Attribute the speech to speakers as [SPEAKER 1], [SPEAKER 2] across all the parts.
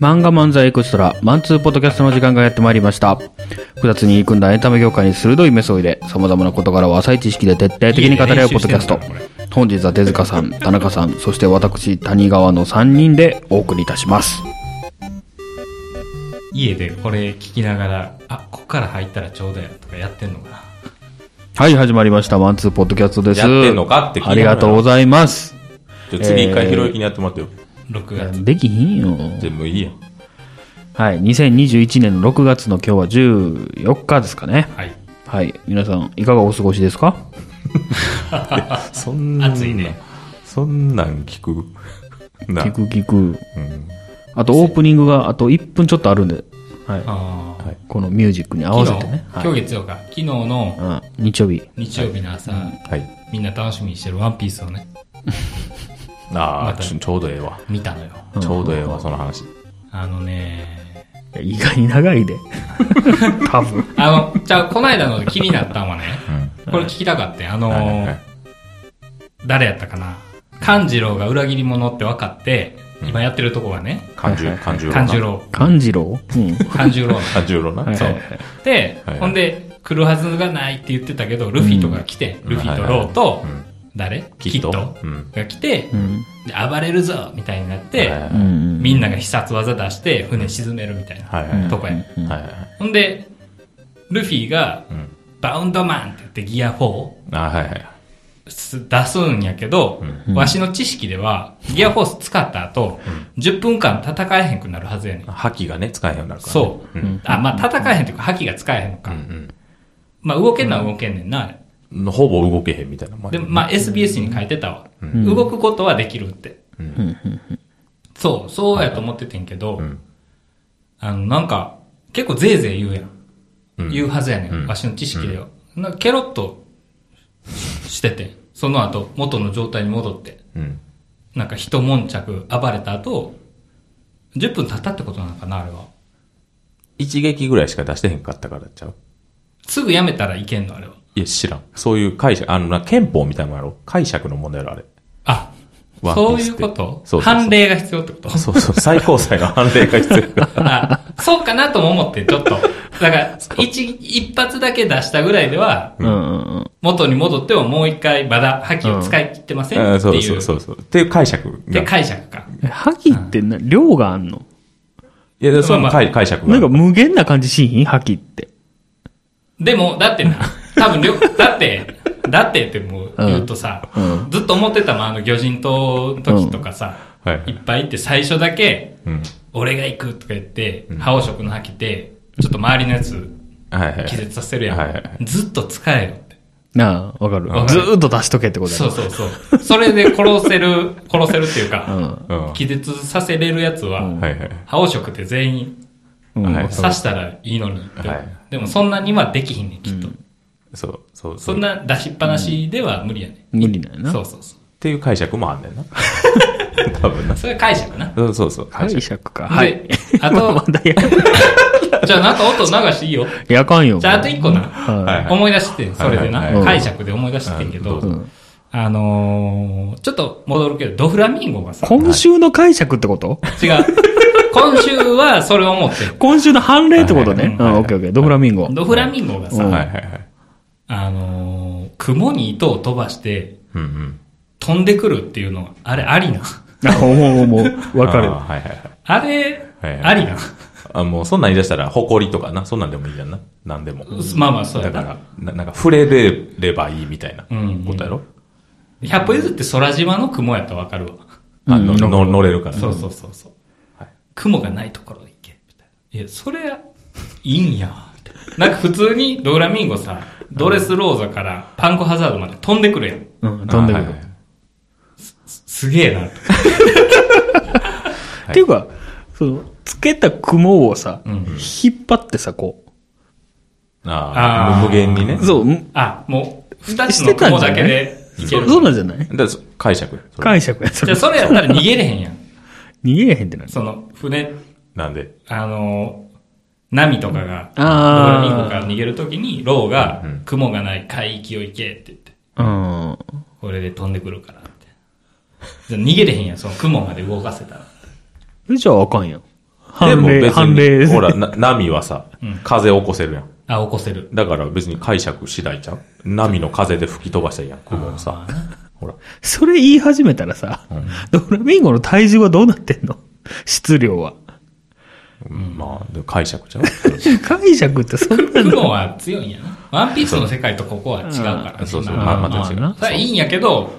[SPEAKER 1] 漫画漫才エクストラ、マンツーポッドキャストの時間がやってまいりました。複雑に入り組んだエンタメ業界に鋭い目そいで、様々な事柄を浅い知識で徹底的に語り合うポッドキャスト
[SPEAKER 2] いいね練習してんだな。
[SPEAKER 1] 本日は手塚さん、田中さん、そして私、谷川の3人でお送りいたします。
[SPEAKER 2] 家でこれ聞きながら、あ、ここから入ったらちょうどやとかやってんのかな。
[SPEAKER 1] はい、始まりました。マンツーポッドキャストです。
[SPEAKER 3] やってんのかって聞いた
[SPEAKER 1] ありがとうございます。
[SPEAKER 3] じゃあ次一回ひろゆきにやってもらってよ。
[SPEAKER 2] 6月。
[SPEAKER 1] できひんよ。
[SPEAKER 3] 全部いいやん。
[SPEAKER 1] はい、2021年の6月の今日は14日ですかね。
[SPEAKER 2] はい。
[SPEAKER 1] はい、皆さん、いかがお過ごしですか
[SPEAKER 3] そんな
[SPEAKER 2] 暑いね。
[SPEAKER 3] そんなん聞く。な
[SPEAKER 1] 聞く聞く。あと、オープニングがあと1分ちょっとあるんで、はい、
[SPEAKER 2] ああ。
[SPEAKER 1] このミュージックに合わせ
[SPEAKER 2] 昨日
[SPEAKER 1] てね、。はい
[SPEAKER 2] 今日月曜か。昨日の
[SPEAKER 1] うん日曜日。
[SPEAKER 2] 日曜日の朝、
[SPEAKER 3] はい。
[SPEAKER 2] みんな楽しみにしてるワンピースをね、
[SPEAKER 3] あ
[SPEAKER 2] ま
[SPEAKER 3] あ、
[SPEAKER 2] た
[SPEAKER 3] ちょちょうどええわ。
[SPEAKER 2] 見たのよ。
[SPEAKER 3] ちょうどええわ、その話。
[SPEAKER 2] あのね、
[SPEAKER 1] 意外に長いで。 多分。
[SPEAKER 2] あの、じゃあ、この間の気になったんはね、これ聞きたかったんあの、
[SPEAKER 3] はいはいはい
[SPEAKER 2] 誰やったかな勘次郎が裏切り者って分かって、今やってるとこがね、
[SPEAKER 3] 勘
[SPEAKER 1] はい
[SPEAKER 3] 十、
[SPEAKER 1] はい
[SPEAKER 3] 勘十郎な。
[SPEAKER 2] 勘十郎。
[SPEAKER 1] 勘次郎うん。
[SPEAKER 2] 勘十郎なん
[SPEAKER 3] 勘十郎な。そう。
[SPEAKER 2] で、
[SPEAKER 3] はいはい
[SPEAKER 2] ほんで、来るはずがないって言ってたけど、ルフィとか来て、ルフィとローと、誰
[SPEAKER 3] キ
[SPEAKER 2] キ
[SPEAKER 3] ッ
[SPEAKER 2] ッ
[SPEAKER 3] ド
[SPEAKER 2] ド
[SPEAKER 3] うん
[SPEAKER 2] が来て、
[SPEAKER 1] うん。
[SPEAKER 2] で暴れるぞみたいになって、
[SPEAKER 3] はいはい
[SPEAKER 1] うんうん。
[SPEAKER 2] みんなが必殺技出して、船沈めるみたい
[SPEAKER 3] はい
[SPEAKER 2] な、
[SPEAKER 3] はい
[SPEAKER 2] とこや。
[SPEAKER 3] はいはいはい。
[SPEAKER 2] ほんで、ルフィが、
[SPEAKER 3] ん
[SPEAKER 2] バウンドマンって言ってギア4を
[SPEAKER 3] あはいはい。
[SPEAKER 2] す出すんやけど、わしの知識では、ギアフォース使った後、10分間戦えへんくなるはずやねん。
[SPEAKER 3] 覇気がね、使えへんようになるからね。
[SPEAKER 2] そう。あ、まあ戦えへんというか、覇気が使えへんのか。まあ動けんのは動けんねんな。
[SPEAKER 3] うん。ほぼ動けへんみたいなもん
[SPEAKER 2] で
[SPEAKER 3] や。
[SPEAKER 2] も、まあ SBS に書いてたわ。動くことはできるって。そう、そうやと思っててんけど、あの、なんか、結構ぜいぜい言うやん。言うはずやねん。わしの知識では。なんかケロッとしてて、その後、元の状態に戻って。
[SPEAKER 3] うん。
[SPEAKER 2] なんか一悶着暴れた後、10分経ったってことなのかな、あれは。
[SPEAKER 3] 一撃ぐらいしか出してへんかったからちゃう。
[SPEAKER 2] すぐやめたらいけんの、あれは。
[SPEAKER 3] いや、知らん。そういう解釈、あのな、憲法みたいなのやろ解釈の問題やろ、あれ。
[SPEAKER 2] あ、
[SPEAKER 3] ワンピ
[SPEAKER 2] そ
[SPEAKER 3] ー
[SPEAKER 2] うい
[SPEAKER 3] スっ
[SPEAKER 2] う
[SPEAKER 3] て
[SPEAKER 2] こと
[SPEAKER 3] そうそうそう
[SPEAKER 2] 判例が必要ってこと
[SPEAKER 3] そうそう、最高裁の判例が必要だ
[SPEAKER 2] あそうかなとも思って、ちょっと。だから、一、一発だけ出したぐらいでは、
[SPEAKER 1] うんうんうん。
[SPEAKER 2] 元に戻ってももう一回まだ覇気を使い切ってません
[SPEAKER 3] うん
[SPEAKER 2] って
[SPEAKER 3] そう
[SPEAKER 2] い
[SPEAKER 3] そう
[SPEAKER 2] う。
[SPEAKER 3] そうそう。っていう解釈が
[SPEAKER 2] で、。解釈か。
[SPEAKER 1] え覇気ってな、量があんの
[SPEAKER 3] いや、そ
[SPEAKER 2] ま
[SPEAKER 3] れも
[SPEAKER 2] あまあ
[SPEAKER 3] 解解釈が
[SPEAKER 1] な
[SPEAKER 3] あ
[SPEAKER 1] ん
[SPEAKER 3] る。
[SPEAKER 1] か無限な感じしひん覇気って。
[SPEAKER 2] でも、だってな、多分りょ、だって、だってってもう言うとさ、
[SPEAKER 1] うん
[SPEAKER 2] ずっと思ってたもん、あの、魚人島の時とかさ、
[SPEAKER 3] うんはい
[SPEAKER 2] い、っぱい行って最初だけ、
[SPEAKER 3] うん。
[SPEAKER 2] 俺が行くとか言って、覇王色の覇気で、ちょっと周りのやつ
[SPEAKER 3] はいはい。
[SPEAKER 2] 気絶させるやん。
[SPEAKER 3] はいはいは
[SPEAKER 2] ずっと使えよって。
[SPEAKER 1] なあ、わかる
[SPEAKER 2] わ。か
[SPEAKER 1] ず
[SPEAKER 2] る
[SPEAKER 1] ーっと出しとけってことや
[SPEAKER 2] そうそうそう。それで殺せる、 殺せるっていうか、
[SPEAKER 3] うん。
[SPEAKER 2] 気絶させれるやつは、
[SPEAKER 3] はいはい。
[SPEAKER 2] 覇王色って全員
[SPEAKER 1] うん。
[SPEAKER 3] はい
[SPEAKER 2] 刺したらいいのにって
[SPEAKER 3] はい
[SPEAKER 2] でもそんなにはできひんねん、きっと。
[SPEAKER 3] そう、そう、そ
[SPEAKER 2] そ。
[SPEAKER 3] うん
[SPEAKER 2] な出しっぱなしでは無理やね
[SPEAKER 1] 無理なんや
[SPEAKER 2] ん。
[SPEAKER 1] な。
[SPEAKER 2] そうそうそう。
[SPEAKER 3] っていう解釈もあんね んな。多分な。
[SPEAKER 2] それ解釈な。
[SPEAKER 3] そうそうそう。解
[SPEAKER 1] 解
[SPEAKER 3] 釈。
[SPEAKER 1] 釈か。はい
[SPEAKER 2] で。 あ と
[SPEAKER 1] まだや、
[SPEAKER 2] じゃあなんか音流していいよ。
[SPEAKER 1] やかんよ。
[SPEAKER 2] じゃああと一個な。
[SPEAKER 1] はい。。
[SPEAKER 3] はい
[SPEAKER 2] 思い出してん、それで
[SPEAKER 3] は
[SPEAKER 2] ない
[SPEAKER 3] はい
[SPEAKER 1] はい
[SPEAKER 2] 解釈で思い出してんけ
[SPEAKER 3] う
[SPEAKER 2] ど
[SPEAKER 3] んどう、
[SPEAKER 2] あのー、ちょっと戻るけど、ドフラミンゴがさ、
[SPEAKER 1] 今週の解釈ってこと
[SPEAKER 2] 違う。今週はそれを思ってる。
[SPEAKER 1] 今週の判例ってこと
[SPEAKER 3] はい
[SPEAKER 1] ね。うん、オッケーオッケー。ドフラミンゴ。
[SPEAKER 2] ドフラミンゴが
[SPEAKER 1] う
[SPEAKER 2] さ、
[SPEAKER 3] はいはいはい。
[SPEAKER 2] あのー、雲に糸を飛ばして
[SPEAKER 3] うんうん。
[SPEAKER 2] 飛んでくるっていうのは、あれありな。
[SPEAKER 1] あ、思う思う。わか
[SPEAKER 3] あー
[SPEAKER 1] る。
[SPEAKER 3] はいはいはい。
[SPEAKER 2] あれ、
[SPEAKER 3] はいはい
[SPEAKER 2] ありな。
[SPEAKER 3] あ、もうそんなん言い出したら、誇りとかな。そんなんでもいいじゃんな。なんでも。
[SPEAKER 2] まあまあ、そうや
[SPEAKER 3] だ
[SPEAKER 2] な。
[SPEAKER 3] から、ななんか触れれればいいみたいな
[SPEAKER 2] うん
[SPEAKER 3] ことやろ
[SPEAKER 2] 百歩譲って空島の雲やったらわかるわ。
[SPEAKER 3] あのの乗れるから。
[SPEAKER 2] そうそうそうそう、
[SPEAKER 3] はい
[SPEAKER 2] 雲がないところへ行け。みたいな。いや、それ、いいんや。なんか普通にドフラミンゴさ、ドレスローザからパンコハザードまで飛んでくるやん。
[SPEAKER 1] うん、
[SPEAKER 3] あ
[SPEAKER 1] 飛んでくる。
[SPEAKER 3] はいはい
[SPEAKER 2] すげえな。
[SPEAKER 1] っていうか、その、つけた雲をさ、
[SPEAKER 2] ん
[SPEAKER 1] 引っ張ってさ、こ
[SPEAKER 3] ああ、
[SPEAKER 2] あー
[SPEAKER 3] 無限にね。
[SPEAKER 1] う。そう、ん
[SPEAKER 2] あ、もう、二つ
[SPEAKER 1] して
[SPEAKER 2] の
[SPEAKER 1] たん
[SPEAKER 2] 雲
[SPEAKER 1] じゃ
[SPEAKER 2] だ
[SPEAKER 1] ない
[SPEAKER 2] けでいけ
[SPEAKER 1] そ
[SPEAKER 2] る。
[SPEAKER 1] そうなんじゃない
[SPEAKER 3] だからそ解釈。それ
[SPEAKER 1] 解釈やそ
[SPEAKER 2] じゃ
[SPEAKER 1] れ
[SPEAKER 2] あ。それやったら逃げれへんやん。
[SPEAKER 1] 逃げれへんってなる。
[SPEAKER 2] その、船、
[SPEAKER 3] なんで。
[SPEAKER 2] あの、波とかが、ドラ
[SPEAKER 1] あー
[SPEAKER 2] ミンゴから逃げるときに、ローが
[SPEAKER 3] うん、
[SPEAKER 2] 雲がない海域を行けって言って、
[SPEAKER 1] うん。
[SPEAKER 2] こうそれで飛んでくるから、みたいな。でも逃げれへんやん、その雲まで動かせたら。
[SPEAKER 1] えじゃああかんやん。
[SPEAKER 3] で
[SPEAKER 1] 判
[SPEAKER 3] も
[SPEAKER 1] 例、
[SPEAKER 3] 別
[SPEAKER 1] 判例
[SPEAKER 3] に、ほら、な波はさ、風起こせるやん。
[SPEAKER 2] あ、起こせる。
[SPEAKER 3] だから別に解釈次第じゃん。波の風で吹き飛ばしたらいいやん、雲をさ。ほら。
[SPEAKER 1] それ言い始めたらさ、ドフラミンゴの体重はどうなってんの質量は。
[SPEAKER 3] まあ、でも解釈じゃん。
[SPEAKER 1] 解釈ってそ んなの。
[SPEAKER 2] 雲は強いんやな。ワンピースの世界とここは違うから。
[SPEAKER 3] そうそう、
[SPEAKER 2] まあ
[SPEAKER 3] まあ、また違う
[SPEAKER 1] まあ
[SPEAKER 3] な。
[SPEAKER 2] それはいいんやけど、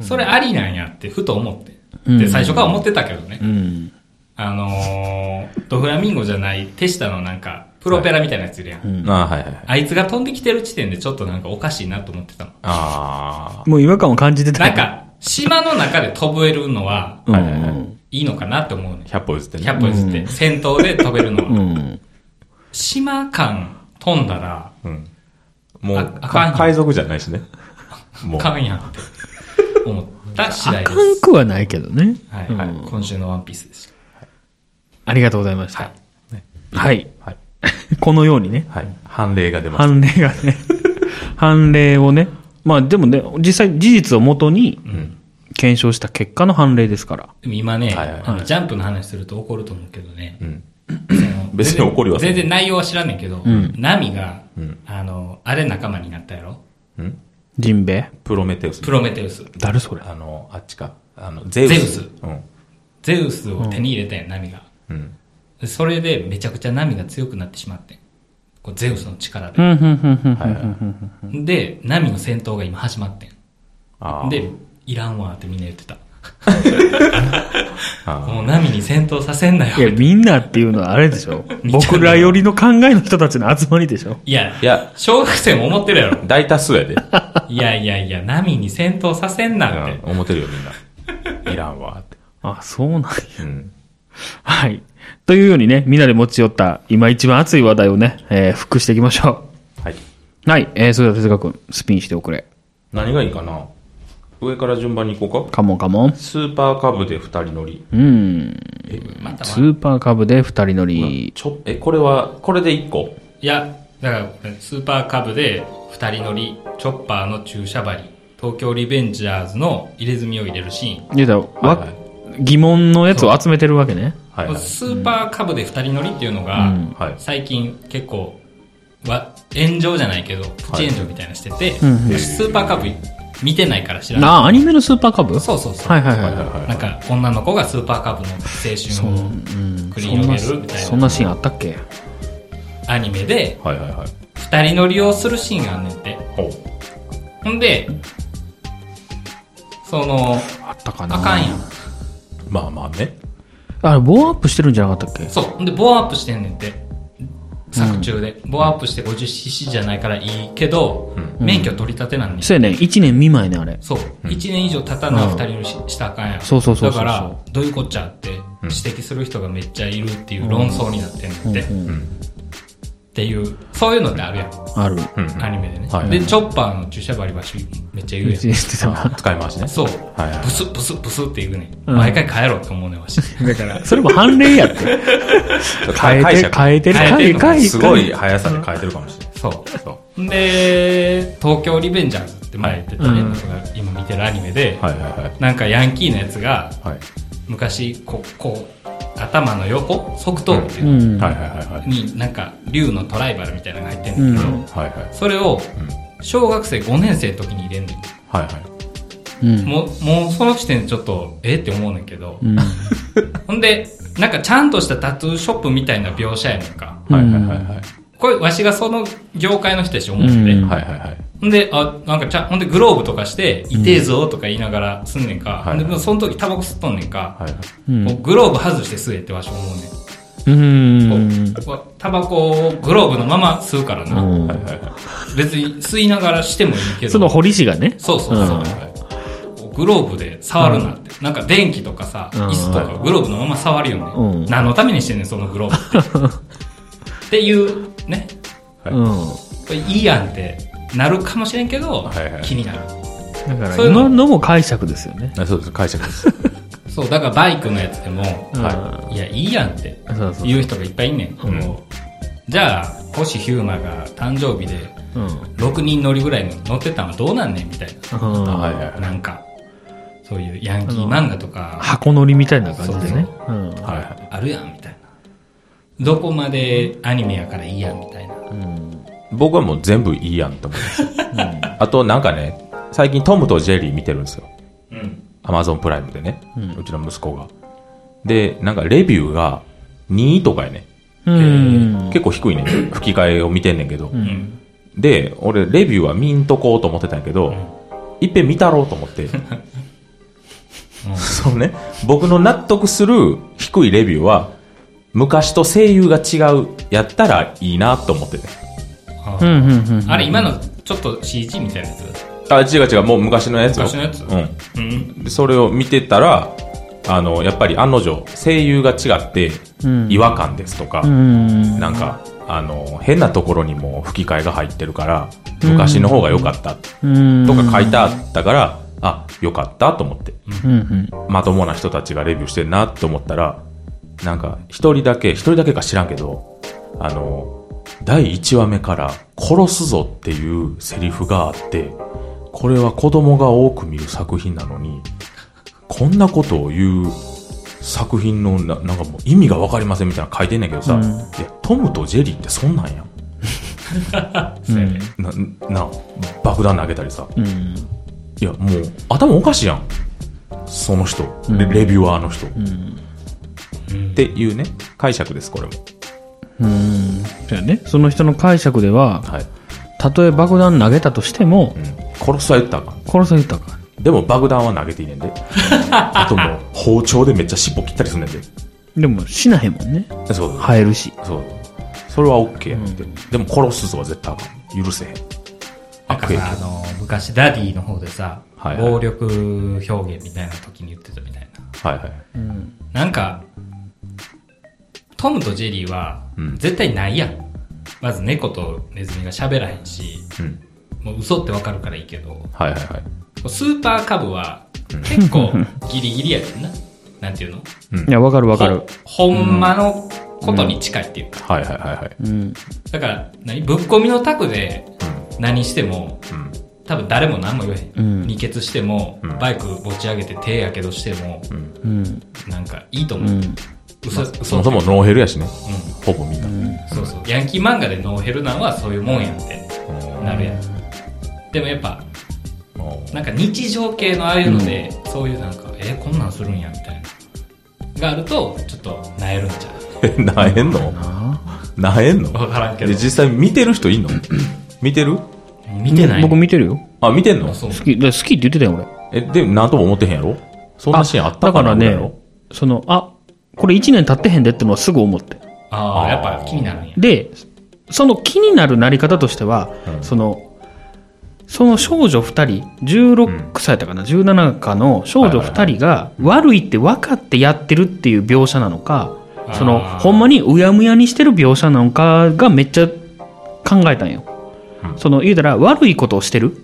[SPEAKER 2] それありなんやって、ふと思って。
[SPEAKER 1] うん
[SPEAKER 2] で、最初から思ってたけどね。
[SPEAKER 1] うん。
[SPEAKER 2] あのー、ドフラミンゴじゃない、手下のなんか、プロペラみたいなやついるやん。
[SPEAKER 3] ああ、はいはいはい。
[SPEAKER 2] あいつが飛んできてる時点でちょっとなんかおかしいなと思ってたの。
[SPEAKER 3] あ
[SPEAKER 1] もう違和感を感じてた
[SPEAKER 2] なん、か、島の中で飛べるのは
[SPEAKER 1] う
[SPEAKER 3] はいはいはい
[SPEAKER 1] ん。
[SPEAKER 2] いいのかなって思うね
[SPEAKER 3] あ、。100歩譲ってね。
[SPEAKER 2] 100歩譲って、戦闘で飛べるのは。
[SPEAKER 1] うん。
[SPEAKER 2] 島間飛んだら、
[SPEAKER 3] うん。もう
[SPEAKER 2] ああかんやん
[SPEAKER 3] か海賊じゃない しね。もう。
[SPEAKER 2] かんやんって思った次
[SPEAKER 1] あ
[SPEAKER 2] 第で
[SPEAKER 1] か
[SPEAKER 2] す。
[SPEAKER 1] んくはないけどね。
[SPEAKER 2] はい、はい今週のワンピースでし。
[SPEAKER 1] ありがとうございました
[SPEAKER 2] は
[SPEAKER 1] た
[SPEAKER 2] い。。
[SPEAKER 1] はい。
[SPEAKER 3] はい。
[SPEAKER 1] このようにね、
[SPEAKER 3] はい。判例が出まし
[SPEAKER 1] 判例が ね、判例をね、まあでもね、実際事実をもとに検証した結果の判例ですから。
[SPEAKER 2] でも今ね、
[SPEAKER 3] はいはい
[SPEAKER 2] あのジャンプの話すると怒ると思うけどね
[SPEAKER 3] た。う。ん。
[SPEAKER 2] その
[SPEAKER 3] 別に怒りはせん
[SPEAKER 2] 全然内容は知らんねんけど、ナミが、あの、あれ仲間になったやろ
[SPEAKER 3] うん
[SPEAKER 1] ジンベエ
[SPEAKER 3] プロメテウス。
[SPEAKER 2] プロメテウス。
[SPEAKER 1] 誰それ
[SPEAKER 3] あの、あっちか。あの、ゼウス。
[SPEAKER 2] ゼウス
[SPEAKER 3] うん。
[SPEAKER 2] ゼウスを手に入れたやん、ナミが。
[SPEAKER 3] うん。
[SPEAKER 2] でそれでめちゃくちゃナミが強くなってしまってん。こうゼウスの力
[SPEAKER 1] う
[SPEAKER 2] で。
[SPEAKER 1] ん、うん、うん、うん。
[SPEAKER 3] はいはい。
[SPEAKER 2] で、ナミの戦闘が今始まってん。
[SPEAKER 3] ああ。
[SPEAKER 2] で、いらんわってみんな言ってた。
[SPEAKER 3] あ
[SPEAKER 2] もうナミに戦闘させんなよ
[SPEAKER 1] い。や、みんなっていうのはあれでしょ 僕らよりの考えの人たちの集まりでしょ
[SPEAKER 2] いや
[SPEAKER 3] あ。い、や、
[SPEAKER 2] 小学生も思ってるや ろ。
[SPEAKER 3] 大多数やで。
[SPEAKER 2] いやいやいや、ナミに戦闘させんなって。
[SPEAKER 3] うん思ってるよ、み んな。いらんわ、って。
[SPEAKER 1] あ、そうなんや。
[SPEAKER 3] うん。
[SPEAKER 1] はい。というようにね、みんなで持ち寄った、今一番熱い話題をね、えー、復刻していきましょ
[SPEAKER 3] はい。
[SPEAKER 1] う。はい。えー、それでは哲学君、スピンしておくれ。
[SPEAKER 3] 何がいいかな上から順番に行こうか。
[SPEAKER 1] カモンカモン。
[SPEAKER 3] スーパーカブで二人乗り。
[SPEAKER 1] うん。
[SPEAKER 2] また
[SPEAKER 1] スーパーカブで二人乗り。
[SPEAKER 3] ちょ、え、これは、これで一個
[SPEAKER 2] いや、だからこれ、スーパーカブで二人乗り、チョッパーの注射針、東京リベンジャーズの入れ墨を入れるシ
[SPEAKER 1] いやだから、
[SPEAKER 3] はい
[SPEAKER 1] わ疑問のやつを集めてるわけね。
[SPEAKER 3] は
[SPEAKER 2] ーン。
[SPEAKER 3] いはい。
[SPEAKER 2] スーパーカブで二人乗りっていうのが、
[SPEAKER 1] うん
[SPEAKER 3] はい。
[SPEAKER 2] 最近結構わ炎上じゃないけどプチ炎上みたいなのしてて、
[SPEAKER 1] うん
[SPEAKER 2] 私スーパーカブ見てないから知らない
[SPEAKER 1] ああ、アニメのスーパーカブ
[SPEAKER 2] そうそうそう、
[SPEAKER 1] はいはい
[SPEAKER 3] は
[SPEAKER 1] はい
[SPEAKER 3] は
[SPEAKER 1] い。
[SPEAKER 3] いはい。
[SPEAKER 2] なんか女の子がスーパーカブの青春を繰り
[SPEAKER 1] そんな
[SPEAKER 2] 広げるみた
[SPEAKER 1] そ
[SPEAKER 2] い
[SPEAKER 1] ん
[SPEAKER 2] な
[SPEAKER 1] なシーンあったっけ
[SPEAKER 2] アニメで
[SPEAKER 3] はいはいはい。
[SPEAKER 2] 二人乗りをするシーンがあんねんて
[SPEAKER 3] ほう。
[SPEAKER 2] ほんでその
[SPEAKER 1] あったかな
[SPEAKER 2] あかんやん
[SPEAKER 3] まあまあね。
[SPEAKER 1] あれ、ボーアップしてるんじゃなかったっけ
[SPEAKER 2] そうほんでボアアップしてんねんて作中で、ボアアップして 50cc じゃないからいいけど、免許取り立てなんねん
[SPEAKER 1] そうやね。1年未満ね、あれ。
[SPEAKER 2] そう、一1年以上経たな二人にし,、たらあかんやん
[SPEAKER 1] そうそうそうそうそう
[SPEAKER 2] だからどういうこっちゃって指摘する人がめっちゃいるっていう論争になってんのって、っていうそういうのってあるやん、
[SPEAKER 1] ある。
[SPEAKER 2] アニメでね、
[SPEAKER 3] はい
[SPEAKER 2] でチョッパーの注射針はめっちゃ言うやん
[SPEAKER 1] 言ってたな
[SPEAKER 3] 使い回しね。
[SPEAKER 2] そう、
[SPEAKER 3] はいはい
[SPEAKER 2] ブスブスブスって言うねん、
[SPEAKER 1] うん
[SPEAKER 2] 毎回帰ろうって思うねんわし
[SPEAKER 1] だから、それも判例や って。変え
[SPEAKER 3] 解
[SPEAKER 1] て、
[SPEAKER 3] 釈
[SPEAKER 1] 変えてる、
[SPEAKER 2] 変え
[SPEAKER 1] 変
[SPEAKER 2] て
[SPEAKER 1] え
[SPEAKER 2] る
[SPEAKER 1] 変え
[SPEAKER 3] すごい速さで変えてるかもしれない。
[SPEAKER 2] そ
[SPEAKER 3] そう
[SPEAKER 2] で東京リベンジャーズって前言ってたね、
[SPEAKER 1] うん
[SPEAKER 2] 僕が今見てるアニメで、
[SPEAKER 3] う。はいはいはい。
[SPEAKER 2] なんかヤンキーのやつが
[SPEAKER 3] はい。
[SPEAKER 2] 昔こうこう頭の横側頭部っていう
[SPEAKER 1] う
[SPEAKER 2] の、
[SPEAKER 1] ん。
[SPEAKER 3] はいはいはいはい。
[SPEAKER 2] になんか竜のトライバルみたいなのが入ってんだけど、
[SPEAKER 1] うん
[SPEAKER 3] はいはい。
[SPEAKER 2] それを小学生5年生の時に入れんねん、
[SPEAKER 3] はいはい。
[SPEAKER 1] うん。
[SPEAKER 2] もうもうその時点でちょっとえって思うねんけど、
[SPEAKER 1] うん。
[SPEAKER 2] ほんでなんかちゃんとしたタトゥーショップみたいな描写やねんか
[SPEAKER 3] はいはいはいはい。
[SPEAKER 2] これわしがその業界の人でしょ思って、
[SPEAKER 1] うん
[SPEAKER 3] はいはいはい。
[SPEAKER 2] ほんで、あ、なんかちゃ、ほんでグローブとかして、いてえぞとか言いながらすんねんか。
[SPEAKER 3] うんはい
[SPEAKER 2] で、もうその時タバコ吸っとんねんか。
[SPEAKER 3] はいはい。
[SPEAKER 1] うん
[SPEAKER 2] こうグローブ外して吸えってわし思うねん。
[SPEAKER 1] うん。
[SPEAKER 2] こうタバコをグローブのまま吸うからな、
[SPEAKER 1] うん
[SPEAKER 2] 別に吸いながらしてもいいけど
[SPEAKER 1] その堀氏がね。
[SPEAKER 2] そうそうそう、こうグローブで触るなって、なんか電気とかさ、
[SPEAKER 1] うん
[SPEAKER 2] 椅子とかグローブのまま触るよね、
[SPEAKER 1] うん
[SPEAKER 2] 何のためにしてんねんそのグロー ブってっていうね
[SPEAKER 3] はい
[SPEAKER 1] うん。
[SPEAKER 2] これいいやんってなるかもしれんけど、
[SPEAKER 3] はいはい
[SPEAKER 2] 気になる
[SPEAKER 1] だから
[SPEAKER 2] そういうの
[SPEAKER 1] 今のも解釈ですよね。
[SPEAKER 3] あそうです。解釈です。
[SPEAKER 2] そうだからバイクのやつでも、
[SPEAKER 1] はい
[SPEAKER 2] やいいやんって
[SPEAKER 1] そうそう
[SPEAKER 2] 言う人がいっぱいいんねん、こうじゃあ星飛雄馬が誕生日で
[SPEAKER 1] うん。
[SPEAKER 2] 6人乗りぐらいの乗ってたのはどうなんねんみたい
[SPEAKER 1] うん
[SPEAKER 3] はいはい
[SPEAKER 2] な。なんか、そういうヤンキー漫画とか、
[SPEAKER 1] 箱乗りみたいな感じでね。うん。
[SPEAKER 3] はいはい。
[SPEAKER 2] あるやんみたいな。どこまでアニメやからいいやんみたいな。
[SPEAKER 3] 僕はもう全部いいやんと思いました。あとなんかね、最近トムとジェリー見てるんですよ。
[SPEAKER 2] うん。
[SPEAKER 3] アマゾンプライムでね、うちの息子が。で、なんかレビューが2位とかやね。
[SPEAKER 1] うん。
[SPEAKER 3] 結構低いね。吹き替えを見てんねんけど。
[SPEAKER 2] うん。
[SPEAKER 3] で、俺レビューは見んとこうと思ってたんやけど、いっぺん見たろうと思って。そうね、僕の納得する低いレビューは、昔と声優が違うやったらいいなと思ってね。
[SPEAKER 2] あ
[SPEAKER 1] う
[SPEAKER 2] ー
[SPEAKER 1] ん。うん。
[SPEAKER 2] あれ、今のちょっと CG みたいなやつ
[SPEAKER 3] あ、違う違う、もう昔のやつを
[SPEAKER 2] 昔のやつ
[SPEAKER 3] うん。
[SPEAKER 2] うん。
[SPEAKER 3] でそれを見てたらあのやっぱり案の定声優が違って
[SPEAKER 1] うん
[SPEAKER 3] 違和感ですとか、
[SPEAKER 1] うん。
[SPEAKER 3] なんかあの変なところにも吹き替えが入ってるから昔の方が良かった
[SPEAKER 1] うん。
[SPEAKER 3] とか書いてあったから、あ良かったと思って
[SPEAKER 1] うん。うん。
[SPEAKER 3] まともな人たちがレビューしてるなと思ったらなんか一人だけ一人だけか知らんけどあの第1話目から「殺すぞ」っていうセリフがあってこれは子供が多く見る作品なのにこんなことを言う作品のななんかもう意味が分かりませんみたいなの書いてんねんけどさ、
[SPEAKER 1] うん
[SPEAKER 3] いやトムとジェリーってそんなんや
[SPEAKER 2] そうやね
[SPEAKER 3] なな爆弾投げたりさ
[SPEAKER 1] うん。
[SPEAKER 3] いやもう頭おかしいやんその人、レレビュアーの人、っていうね解釈ですこれも
[SPEAKER 1] うん。そうやね。その人の解釈では、
[SPEAKER 3] はい、
[SPEAKER 1] たとえ爆弾投げたとしても
[SPEAKER 3] う、ん、殺すは言ったらあかん
[SPEAKER 1] 殺されたか。
[SPEAKER 3] でも爆弾は投げていいね んであともう包丁でめっちゃ尻尾切ったりすんねんで
[SPEAKER 1] でも死なへんもんね。
[SPEAKER 3] そう、
[SPEAKER 1] 生えるし。
[SPEAKER 3] そうそれは OK やねんて、でも殺すぞは絶対あかん許せへん
[SPEAKER 2] なんか
[SPEAKER 3] 悪影
[SPEAKER 2] さ、あの、昔ダディの方でさ、
[SPEAKER 3] はいはい
[SPEAKER 2] 暴力表現みたいな時に言ってたみたい
[SPEAKER 3] はいはい
[SPEAKER 2] な。なんか、トムとジェリーは
[SPEAKER 3] うん、
[SPEAKER 2] 絶対ないやん。まず猫とネズミが喋らへんし、
[SPEAKER 3] うん
[SPEAKER 2] もう嘘ってわかるからいいけど、
[SPEAKER 3] はいはいはい
[SPEAKER 2] スーパーカブは、結構ギリギリやねんな。なんていうの
[SPEAKER 1] いや、わかるわかる。
[SPEAKER 2] ほほんまのことに近いっていうか。
[SPEAKER 3] はいはいはいはい
[SPEAKER 1] うん。
[SPEAKER 2] だから、何ぶっ込みのタクで何しても、
[SPEAKER 3] うん
[SPEAKER 2] 多分誰も何も言えへ
[SPEAKER 1] う
[SPEAKER 2] ん。
[SPEAKER 1] ん
[SPEAKER 2] 二血しても、
[SPEAKER 3] ん
[SPEAKER 2] バイク持ち上げて手やけどしても、
[SPEAKER 1] うん。
[SPEAKER 2] なんかいいと
[SPEAKER 1] う
[SPEAKER 2] 思う。
[SPEAKER 1] ん。
[SPEAKER 2] 嘘、
[SPEAKER 3] そ
[SPEAKER 2] 嘘
[SPEAKER 3] も
[SPEAKER 2] って
[SPEAKER 3] そもノーヘルやしね
[SPEAKER 2] う
[SPEAKER 3] ほぼみんな、うん
[SPEAKER 2] ん。そうそう。ヤンキー漫画でノーヘルなんはそういうもんやんってなるやん。でもやっぱ、なんか日常系のああいうので、そういうなんか、えこんなんするんやみたいな。があると、ちょっと、なえるんちゃ
[SPEAKER 3] え なえんのなえんの
[SPEAKER 2] うわからんけど
[SPEAKER 3] で。実際見てる人いんの見てる
[SPEAKER 2] 見てない。
[SPEAKER 1] 僕見てるよ。
[SPEAKER 3] あ見てんの
[SPEAKER 2] そう
[SPEAKER 1] 好き、だから好きって言ってたよ、俺。
[SPEAKER 3] えでなんとも思ってへんやろそんなシーンあった
[SPEAKER 1] だ
[SPEAKER 3] か
[SPEAKER 1] か
[SPEAKER 3] な
[SPEAKER 1] ら
[SPEAKER 3] ぐらい
[SPEAKER 1] ね
[SPEAKER 3] の、
[SPEAKER 1] その、あ、これ1年経ってへんでってのはすぐ思って。
[SPEAKER 2] ああ、やっぱ気になるんや。
[SPEAKER 1] で、その気になるなり方としては、その、その少女2人、16歳だかな、17かの少女2人が悪いって分かってやってるっていう描写なのか、
[SPEAKER 2] あー
[SPEAKER 1] その、ほんまにうやむやにしてる描写なのかがめっちゃ考えたんよ。その、言うたら悪いことをしてる。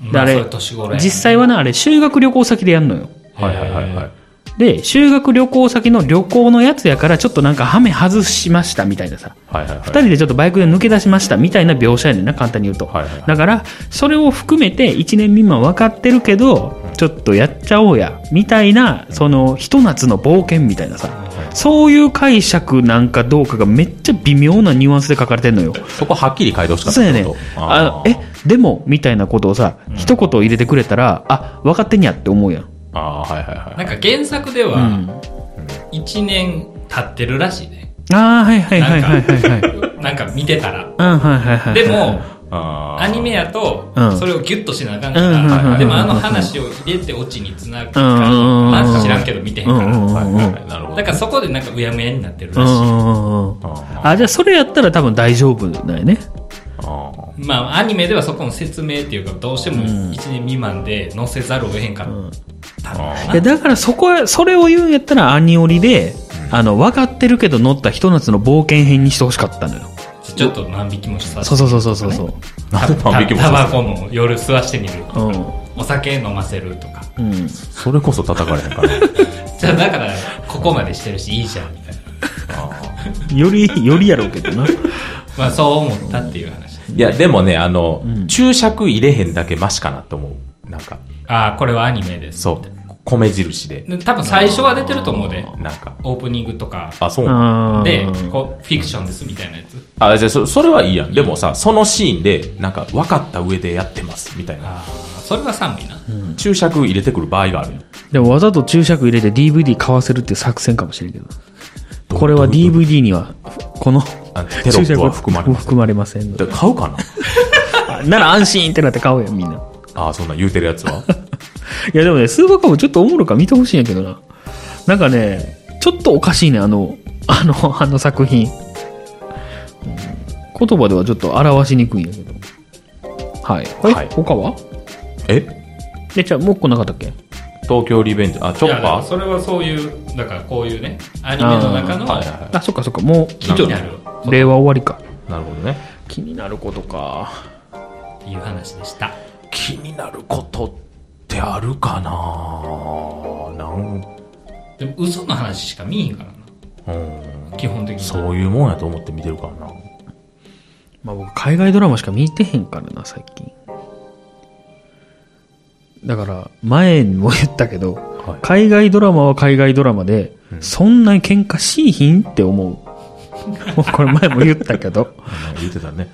[SPEAKER 2] まあ
[SPEAKER 1] 誰
[SPEAKER 2] それ年頃やね
[SPEAKER 1] 実際はな、あれ修学旅行先でやんのよ。
[SPEAKER 3] はいはいはいはい
[SPEAKER 1] で、修学旅行先の旅行のやつやから、ちょっとなんかハメ外しましたみたいなさ。
[SPEAKER 3] はいはいはい
[SPEAKER 1] 二人でちょっとバイクで抜け出しましたみたいな描写やねんな簡単に言うと、
[SPEAKER 3] はいはいはい
[SPEAKER 1] だからそれを含めて1年未満分かってるけどちょっとやっちゃおうやみたいなそのひと夏の冒険みたいなさそういう解釈なんかどうかがめっちゃ微妙なニュアンスで書かれてんのよ
[SPEAKER 3] そこはっきり書いてほしかった
[SPEAKER 1] そうやねん
[SPEAKER 3] ってこと
[SPEAKER 1] あ
[SPEAKER 3] あー
[SPEAKER 1] えでもみたいなことをさ一言入れてくれたらあ分かってんやって思うやん
[SPEAKER 3] あーはいはいは
[SPEAKER 2] ないんか原作で
[SPEAKER 1] う
[SPEAKER 2] は、
[SPEAKER 1] ん
[SPEAKER 2] 1年経ってるらしいね。
[SPEAKER 1] ああはいはいは
[SPEAKER 2] ないんか
[SPEAKER 1] はいはいはい
[SPEAKER 2] なんか見てたら。
[SPEAKER 1] うんはいはいはい
[SPEAKER 2] でも、
[SPEAKER 3] あー
[SPEAKER 2] アニメやと
[SPEAKER 1] うん、
[SPEAKER 2] それをギュッとしなあかん
[SPEAKER 1] うんうん
[SPEAKER 2] か
[SPEAKER 1] うんう
[SPEAKER 2] ら、
[SPEAKER 1] ん
[SPEAKER 2] でもあの話を入れてオチにつなぐか
[SPEAKER 1] うんうんうん
[SPEAKER 2] ら、まあ知らんけど見てへん
[SPEAKER 1] う
[SPEAKER 2] か
[SPEAKER 1] んうんう
[SPEAKER 2] ら。
[SPEAKER 1] んうんうん
[SPEAKER 3] はいなるほど
[SPEAKER 2] だからそこでなんかうやむやになってる
[SPEAKER 1] う
[SPEAKER 2] らしい。
[SPEAKER 1] んうん
[SPEAKER 3] あ
[SPEAKER 1] あ、じゃあそれやったら多分大丈夫だよね。
[SPEAKER 3] ーあ
[SPEAKER 2] まあアニメではそこの説明っていうか、どうしても1年未満で載せざるを得へんかったのか
[SPEAKER 1] いや
[SPEAKER 2] な。
[SPEAKER 1] だからそこは、それを言うんやったらアニオリで、あの、分かってるけど乗ったひと夏の冒険編にしてほしかったのよ。
[SPEAKER 2] ちょっと万引きもしたし
[SPEAKER 1] そう、そうそうそうそうそう。
[SPEAKER 3] ーなんで万引きも
[SPEAKER 2] タバ
[SPEAKER 3] さ
[SPEAKER 2] コも夜吸わしてみるとか、
[SPEAKER 1] うん
[SPEAKER 2] お酒飲ませるとか。
[SPEAKER 1] うん。
[SPEAKER 3] それこそ叩かれへんから
[SPEAKER 2] じゃあだから、ここまでしてるしいいじゃんみたいな。
[SPEAKER 3] あ
[SPEAKER 1] より、よりやろうけどな。
[SPEAKER 2] まあそう思ったっていう話です。
[SPEAKER 3] いや、でもね、あの、注釈入れへんだけマシかなと思う。なんか、
[SPEAKER 2] ああ、これはアニメです。
[SPEAKER 3] そう、米印で、
[SPEAKER 2] う。多分最初は出てると思うで。
[SPEAKER 3] なんか、
[SPEAKER 2] オープニングとか。
[SPEAKER 3] あ、そう。
[SPEAKER 1] あー
[SPEAKER 2] で、こう、フィクションですみたいなやつ。
[SPEAKER 3] あ、じゃあそ、それはいいやん。でもさ、そのシーンで、なんか、分かった上でやってます、みたいな。
[SPEAKER 2] ああ、それは寒いな。
[SPEAKER 3] 注釈入れてくる場合があるよ。
[SPEAKER 1] でもわざと注釈入れて DVD 買わせるっていう作戦かもしれんけど。これは DVD には、この
[SPEAKER 3] あ テロップは含まれます。
[SPEAKER 1] 含まれませんので
[SPEAKER 3] で買うかな
[SPEAKER 1] なら安心ってなって買おうよ、みんな。
[SPEAKER 3] あ、そんなん言うてるやつは。
[SPEAKER 1] いやでもね、スーパーカブちょっとおもろいから見てほしいんやけどな。なんかね、ちょっとおかしいね、あの、 あの、あの作品。うん言葉ではちょっと表しにくいんやけど。はい。はい、
[SPEAKER 3] はい
[SPEAKER 1] 他は
[SPEAKER 3] え
[SPEAKER 1] え、じゃあもう一個なかったっけ
[SPEAKER 3] 東京リベンジ、あ、チョ
[SPEAKER 2] いや
[SPEAKER 3] ッ
[SPEAKER 2] だか
[SPEAKER 3] パ
[SPEAKER 2] ら
[SPEAKER 3] ー
[SPEAKER 2] それはそういう、だからこういうね、アニメの中の
[SPEAKER 3] はいはいは
[SPEAKER 1] あ、そっかそっか、もう、
[SPEAKER 2] 気になる
[SPEAKER 1] 令和終わりか。
[SPEAKER 3] い。なるほどね。
[SPEAKER 1] 気になることか。
[SPEAKER 2] っていう話でした。
[SPEAKER 3] 気になることってあるかななん、
[SPEAKER 2] でも嘘の話しか見えへんから
[SPEAKER 3] うん、
[SPEAKER 2] な。基本的に。
[SPEAKER 3] そういうもんやと思って見てるからな。
[SPEAKER 1] まあ僕、海外ドラマしか見てへんからな、最近。だから、前にも言ったけど、
[SPEAKER 3] はい
[SPEAKER 1] 海外ドラマは海外ドラマで、そんなに喧嘩しいひんって思う。 もうこれ前も言ったけど、
[SPEAKER 3] うん言ってたね。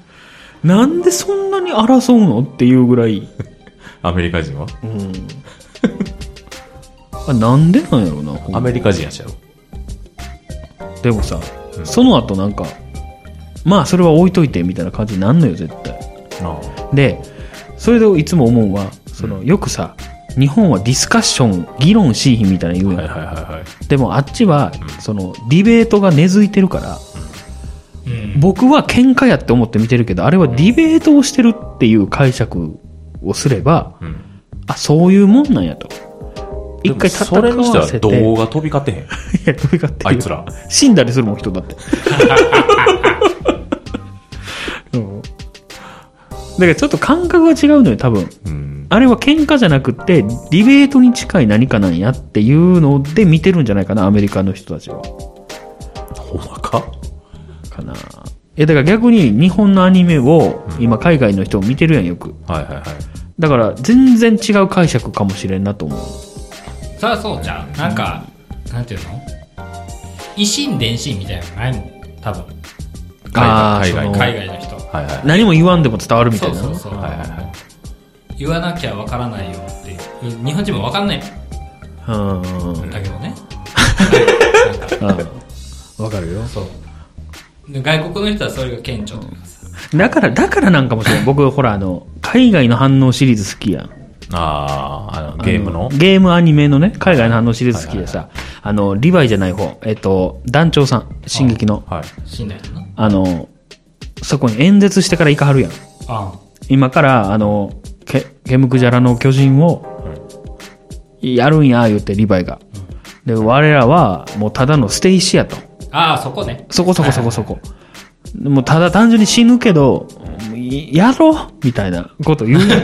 [SPEAKER 1] なんでそんなに争うのっていうぐらい、
[SPEAKER 3] アメリカ人は
[SPEAKER 1] うん。あなんでなんやろうな、ほんま
[SPEAKER 3] アメリカ人やしやろ。
[SPEAKER 1] でもさ、その後なんか、まあそれは置いといてみたいな感じになんのよ、絶対。
[SPEAKER 3] あ
[SPEAKER 1] でそれでいつも思うのはそのよくさ日本はディスカッション議論しいひんみたいな言う
[SPEAKER 3] あ
[SPEAKER 1] やん、
[SPEAKER 3] はいはいはいはい。
[SPEAKER 1] でもあっちは、そのディベートが根付いてるから、
[SPEAKER 2] うん。
[SPEAKER 1] 僕は喧嘩やって思って見てるけどあれはディベートをしてるっていう解釈をすれば
[SPEAKER 3] うん。
[SPEAKER 1] あそういうもんなんやと一回戦
[SPEAKER 3] でもそれにして
[SPEAKER 1] わせ
[SPEAKER 3] は
[SPEAKER 1] て
[SPEAKER 3] 動画飛び交ってへん。
[SPEAKER 1] いやどういうかって
[SPEAKER 3] あい つら。
[SPEAKER 1] 死んだりするもん人だ って、うんだからちょっと感覚が違うのよ多分
[SPEAKER 3] うん。
[SPEAKER 1] あれは喧嘩じゃなくって、ディベートに近い何かなんやっていうので見てるんじゃないかな、アメリカの人たちは。
[SPEAKER 3] ほんまか
[SPEAKER 1] かな。え、だから逆に日本のアニメを、今海外の人を見てるやん、よく。
[SPEAKER 3] はいはいはい。
[SPEAKER 1] だから全然違う解釈かもしれんなと思う。
[SPEAKER 2] そりゃそうじゃん。なんか、なんていうの維新伝心みたいなのないもん。多分。
[SPEAKER 1] あー
[SPEAKER 3] 海外、
[SPEAKER 1] その
[SPEAKER 3] 海
[SPEAKER 2] 海外の人。
[SPEAKER 3] 外。はいはい。
[SPEAKER 1] 何も言わんでも伝わるみたい
[SPEAKER 2] そ
[SPEAKER 1] うな。
[SPEAKER 2] そうそう。
[SPEAKER 3] はいはいはい。
[SPEAKER 2] 言わなきゃわからないよっていう。日本人もわかんないん
[SPEAKER 1] うん
[SPEAKER 2] だけどね。なんか
[SPEAKER 1] うん。わかるよ。
[SPEAKER 2] そう。で外国の人はそれが顕著というかさ。
[SPEAKER 1] だから、だからなんかもしれん。僕、ほら、あの、海外の反応シリーズ好きやん。
[SPEAKER 3] ああ、あの、ゲーム
[SPEAKER 1] あ
[SPEAKER 3] の
[SPEAKER 1] ゲームアニメのね、海外の反応シリーズ好きでさ、あの、リヴァイじゃない方、えっと、団長さん、進撃の。
[SPEAKER 3] はい。
[SPEAKER 2] 死んだよな。
[SPEAKER 1] あの、そこに演説してから行かはるやん。
[SPEAKER 2] あ
[SPEAKER 1] 今から、あの、け、ケムクジャラの巨人を、やるんや、言って、リヴァイが。で、我らは、もうただの捨て石やと。
[SPEAKER 2] ああ、そこね。
[SPEAKER 1] そこそこそこそこ。もうただ単純に死ぬけど、もういやろうみたいなこと 言う。
[SPEAKER 2] 言っ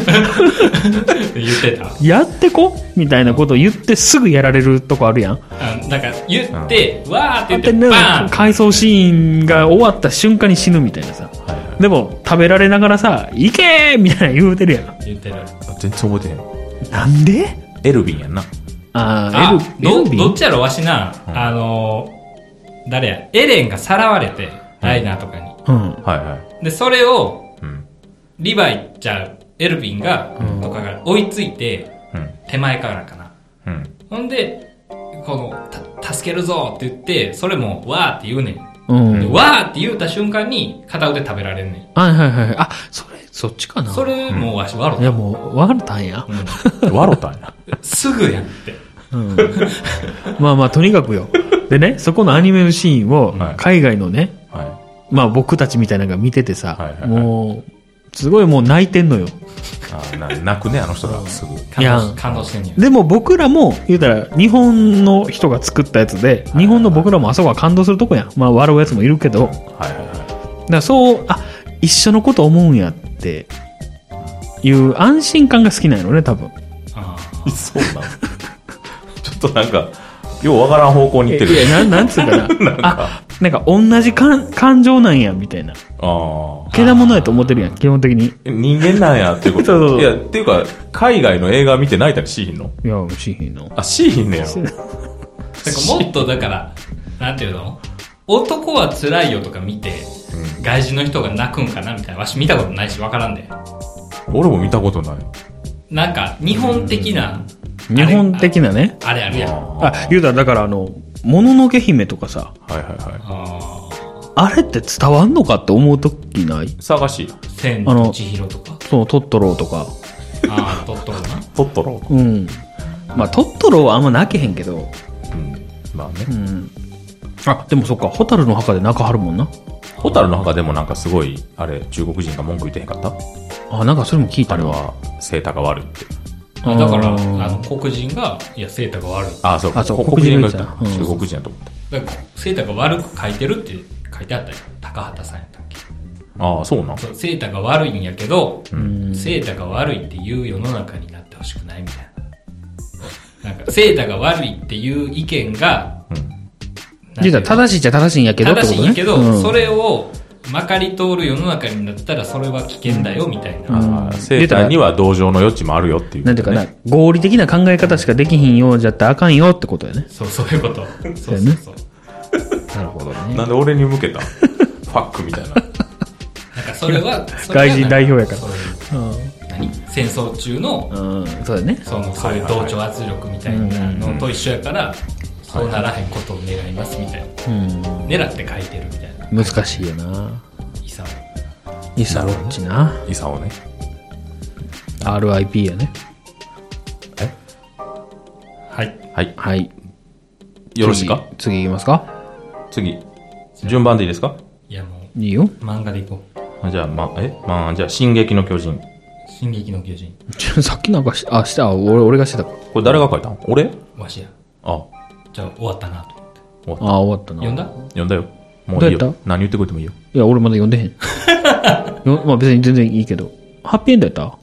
[SPEAKER 2] てた。
[SPEAKER 1] やってこみたいなこと言ってすぐやられるとこあるやん。
[SPEAKER 2] あなんか言って、わーって
[SPEAKER 1] だ
[SPEAKER 2] 言
[SPEAKER 1] っ
[SPEAKER 2] ってて、バーン
[SPEAKER 1] ね、回想シーンが終わった瞬間に死ぬみたいなさ。でも、食べられながらさ、行けーみたいな言うてるやん。
[SPEAKER 2] 言ってる。
[SPEAKER 3] あ全然覚えてへん。
[SPEAKER 1] なんで
[SPEAKER 3] エルヴィンやんな。
[SPEAKER 1] あ
[SPEAKER 2] あ
[SPEAKER 1] ー、エル
[SPEAKER 2] ど
[SPEAKER 1] エルビ
[SPEAKER 2] どっ
[SPEAKER 1] ン
[SPEAKER 2] ちやろわしな、あのー誰や、エレンがさらわれて、ライナーとかに。
[SPEAKER 1] うん。
[SPEAKER 3] はいはい。
[SPEAKER 2] で、それを、
[SPEAKER 3] うん。
[SPEAKER 2] リヴァイじゃうエルヴィンが、とかが追いついて、
[SPEAKER 3] うん。
[SPEAKER 2] 手前からかな。
[SPEAKER 3] うん。
[SPEAKER 2] ほんで、この、た助けるぞって言って、それも、わーって言うねん。
[SPEAKER 1] うん。
[SPEAKER 2] でわーって言うた瞬間に、片腕食べられんねん。
[SPEAKER 1] はいはいはいはい。あ、それ、そっちかな。
[SPEAKER 2] それもわし笑
[SPEAKER 1] い
[SPEAKER 2] っ
[SPEAKER 1] やもう、わかったんや。
[SPEAKER 3] ワロタンや。
[SPEAKER 2] た。すぐやって。
[SPEAKER 1] うん。 まあまあ、とにかくよ。でね、そこのアニメのシーンを
[SPEAKER 3] はい、
[SPEAKER 1] 海外のね、
[SPEAKER 3] はい。
[SPEAKER 1] まあ僕たちみたいなのが見ててさ、
[SPEAKER 3] はいはいはい
[SPEAKER 1] もう、すごいもう泣いてんのよ。
[SPEAKER 3] あーな泣くね、あの人がすぐ。
[SPEAKER 1] いや
[SPEAKER 2] 感動し感動してんねん。
[SPEAKER 1] でも僕らも、言うたら、日本の人が作ったやつで、日本の僕らもあそこは感動するとこやん。まあ笑うやつもいるけど、だか
[SPEAKER 3] はいはいは
[SPEAKER 1] らそう、あ、一緒のこと思うんやって、いう安心感が好きなんやろね、多分。
[SPEAKER 2] あー
[SPEAKER 3] い。そうなのちょっとなんか、ようわからん方向に行って
[SPEAKER 1] い
[SPEAKER 3] る。
[SPEAKER 1] や、なん、なんつうかな。あ、なんか同じ感感情なんや、みたいな。
[SPEAKER 3] ああ。
[SPEAKER 1] けだものやと思ってるやん、基本的に。
[SPEAKER 3] 人間なんやっていうこ と。
[SPEAKER 1] そうそうそう
[SPEAKER 3] や、っていうか、海外の映画見て泣いたりしひんの
[SPEAKER 1] いや、しひんの。
[SPEAKER 3] あ、しひんねや。
[SPEAKER 2] だからもっとだから、なんていうの男は辛いよとか見て、外人の人が泣くんかなみたいな。わし見たことないし、わからんで。
[SPEAKER 3] 俺も見たことない。
[SPEAKER 2] なんか、日本的な、
[SPEAKER 1] 日本的なね。
[SPEAKER 2] あれあるやん。あ
[SPEAKER 1] あ、言うたら、だからあの、もののけ姫とかさ、
[SPEAKER 3] はいはいは
[SPEAKER 2] あ
[SPEAKER 1] あれって伝わんのかって思うときない
[SPEAKER 3] い。探しい。
[SPEAKER 2] ー、千
[SPEAKER 1] あの
[SPEAKER 2] と千尋とか。
[SPEAKER 1] そのトットローとか。
[SPEAKER 2] ああ、とっとるな。
[SPEAKER 3] トットロ。
[SPEAKER 1] うん。まあ、トットローはあんま泣けへんけど。
[SPEAKER 3] うん。まあね。
[SPEAKER 1] うん。あ、でもそっか、ホタルの墓で泣かはるもんな。
[SPEAKER 3] ホタルの墓でもなんかすごい、あれ、中国人が文句言ってへんかった
[SPEAKER 1] あ、なんかそれも聞いた
[SPEAKER 3] あれ
[SPEAKER 1] な。
[SPEAKER 3] は、セータが悪いって。
[SPEAKER 1] あー
[SPEAKER 2] だから、あの、黒人が、いや、セータが悪い。
[SPEAKER 3] あ、そう
[SPEAKER 1] あそう
[SPEAKER 3] こ
[SPEAKER 1] 黒人
[SPEAKER 3] 言った。
[SPEAKER 1] が言ったうん
[SPEAKER 3] 中国人だと思った。
[SPEAKER 2] だからセータが悪く書いてるって書いてあったよ。高畑さんやったっけ
[SPEAKER 3] ああ、そうなん。
[SPEAKER 2] そうセータが悪いんやけど、セータが悪いっていう世の中になってほしくないみたいな。なんか、セータが悪いっていう意見が、なんていう
[SPEAKER 1] 実
[SPEAKER 2] の
[SPEAKER 1] は正しいっちゃ正しいんやけどってこと
[SPEAKER 2] 正
[SPEAKER 1] ね。
[SPEAKER 2] しいけど、
[SPEAKER 1] うん
[SPEAKER 2] それをまかり通る世の中になったらそれは危険だよみたいな。
[SPEAKER 1] ん
[SPEAKER 3] あーセーターには同情の余地もあるよっていう。
[SPEAKER 1] なんていうかな、合理的な考え方しかできひんようじゃったらあかんよってことやね。
[SPEAKER 2] そう、そういうこと。そうう
[SPEAKER 1] や
[SPEAKER 2] そ
[SPEAKER 1] ね
[SPEAKER 2] うそう。
[SPEAKER 1] なるほどね。
[SPEAKER 3] なんで俺に向けたファックみ たいな。
[SPEAKER 2] なんかそれは、それは
[SPEAKER 1] 外人代表やから
[SPEAKER 2] そういう何戦争中の、
[SPEAKER 1] うん、そうだね。
[SPEAKER 2] その、そういう同調圧力みたいなのと一緒やから、そうならへんことを狙いますみたいな。
[SPEAKER 1] うん、
[SPEAKER 2] 狙って書いてるみたいな。
[SPEAKER 1] 難しいよな。
[SPEAKER 2] 遺産。
[SPEAKER 1] イサロッチな。
[SPEAKER 3] イサをね。
[SPEAKER 1] RIP やね。
[SPEAKER 2] はい。
[SPEAKER 3] はい。
[SPEAKER 1] はい。
[SPEAKER 3] よろしいか
[SPEAKER 1] 次次いきますか
[SPEAKER 3] 次。順番でいいですか
[SPEAKER 2] いやも
[SPEAKER 1] いいよ。
[SPEAKER 2] う、漫画でいこう。
[SPEAKER 3] あじゃあ、ま、えまあ、じゃあ、進撃の巨人。
[SPEAKER 2] 進撃の巨人。
[SPEAKER 1] ち ょさっきなんかし、あ、した、あ俺、俺がしてたか。
[SPEAKER 3] これ誰が書いたん俺
[SPEAKER 2] わしや。
[SPEAKER 3] あ、
[SPEAKER 2] じゃあ終わったなと思って。
[SPEAKER 1] あ終わったな。
[SPEAKER 2] 読んだ
[SPEAKER 3] 読んだよ。もういい
[SPEAKER 1] どうや
[SPEAKER 3] よ
[SPEAKER 1] っ。
[SPEAKER 3] 何言ってくれてもいいよ。
[SPEAKER 1] いや、俺まだ読んで へん。よまあ別に全然いいけど。ハッピーエンドやった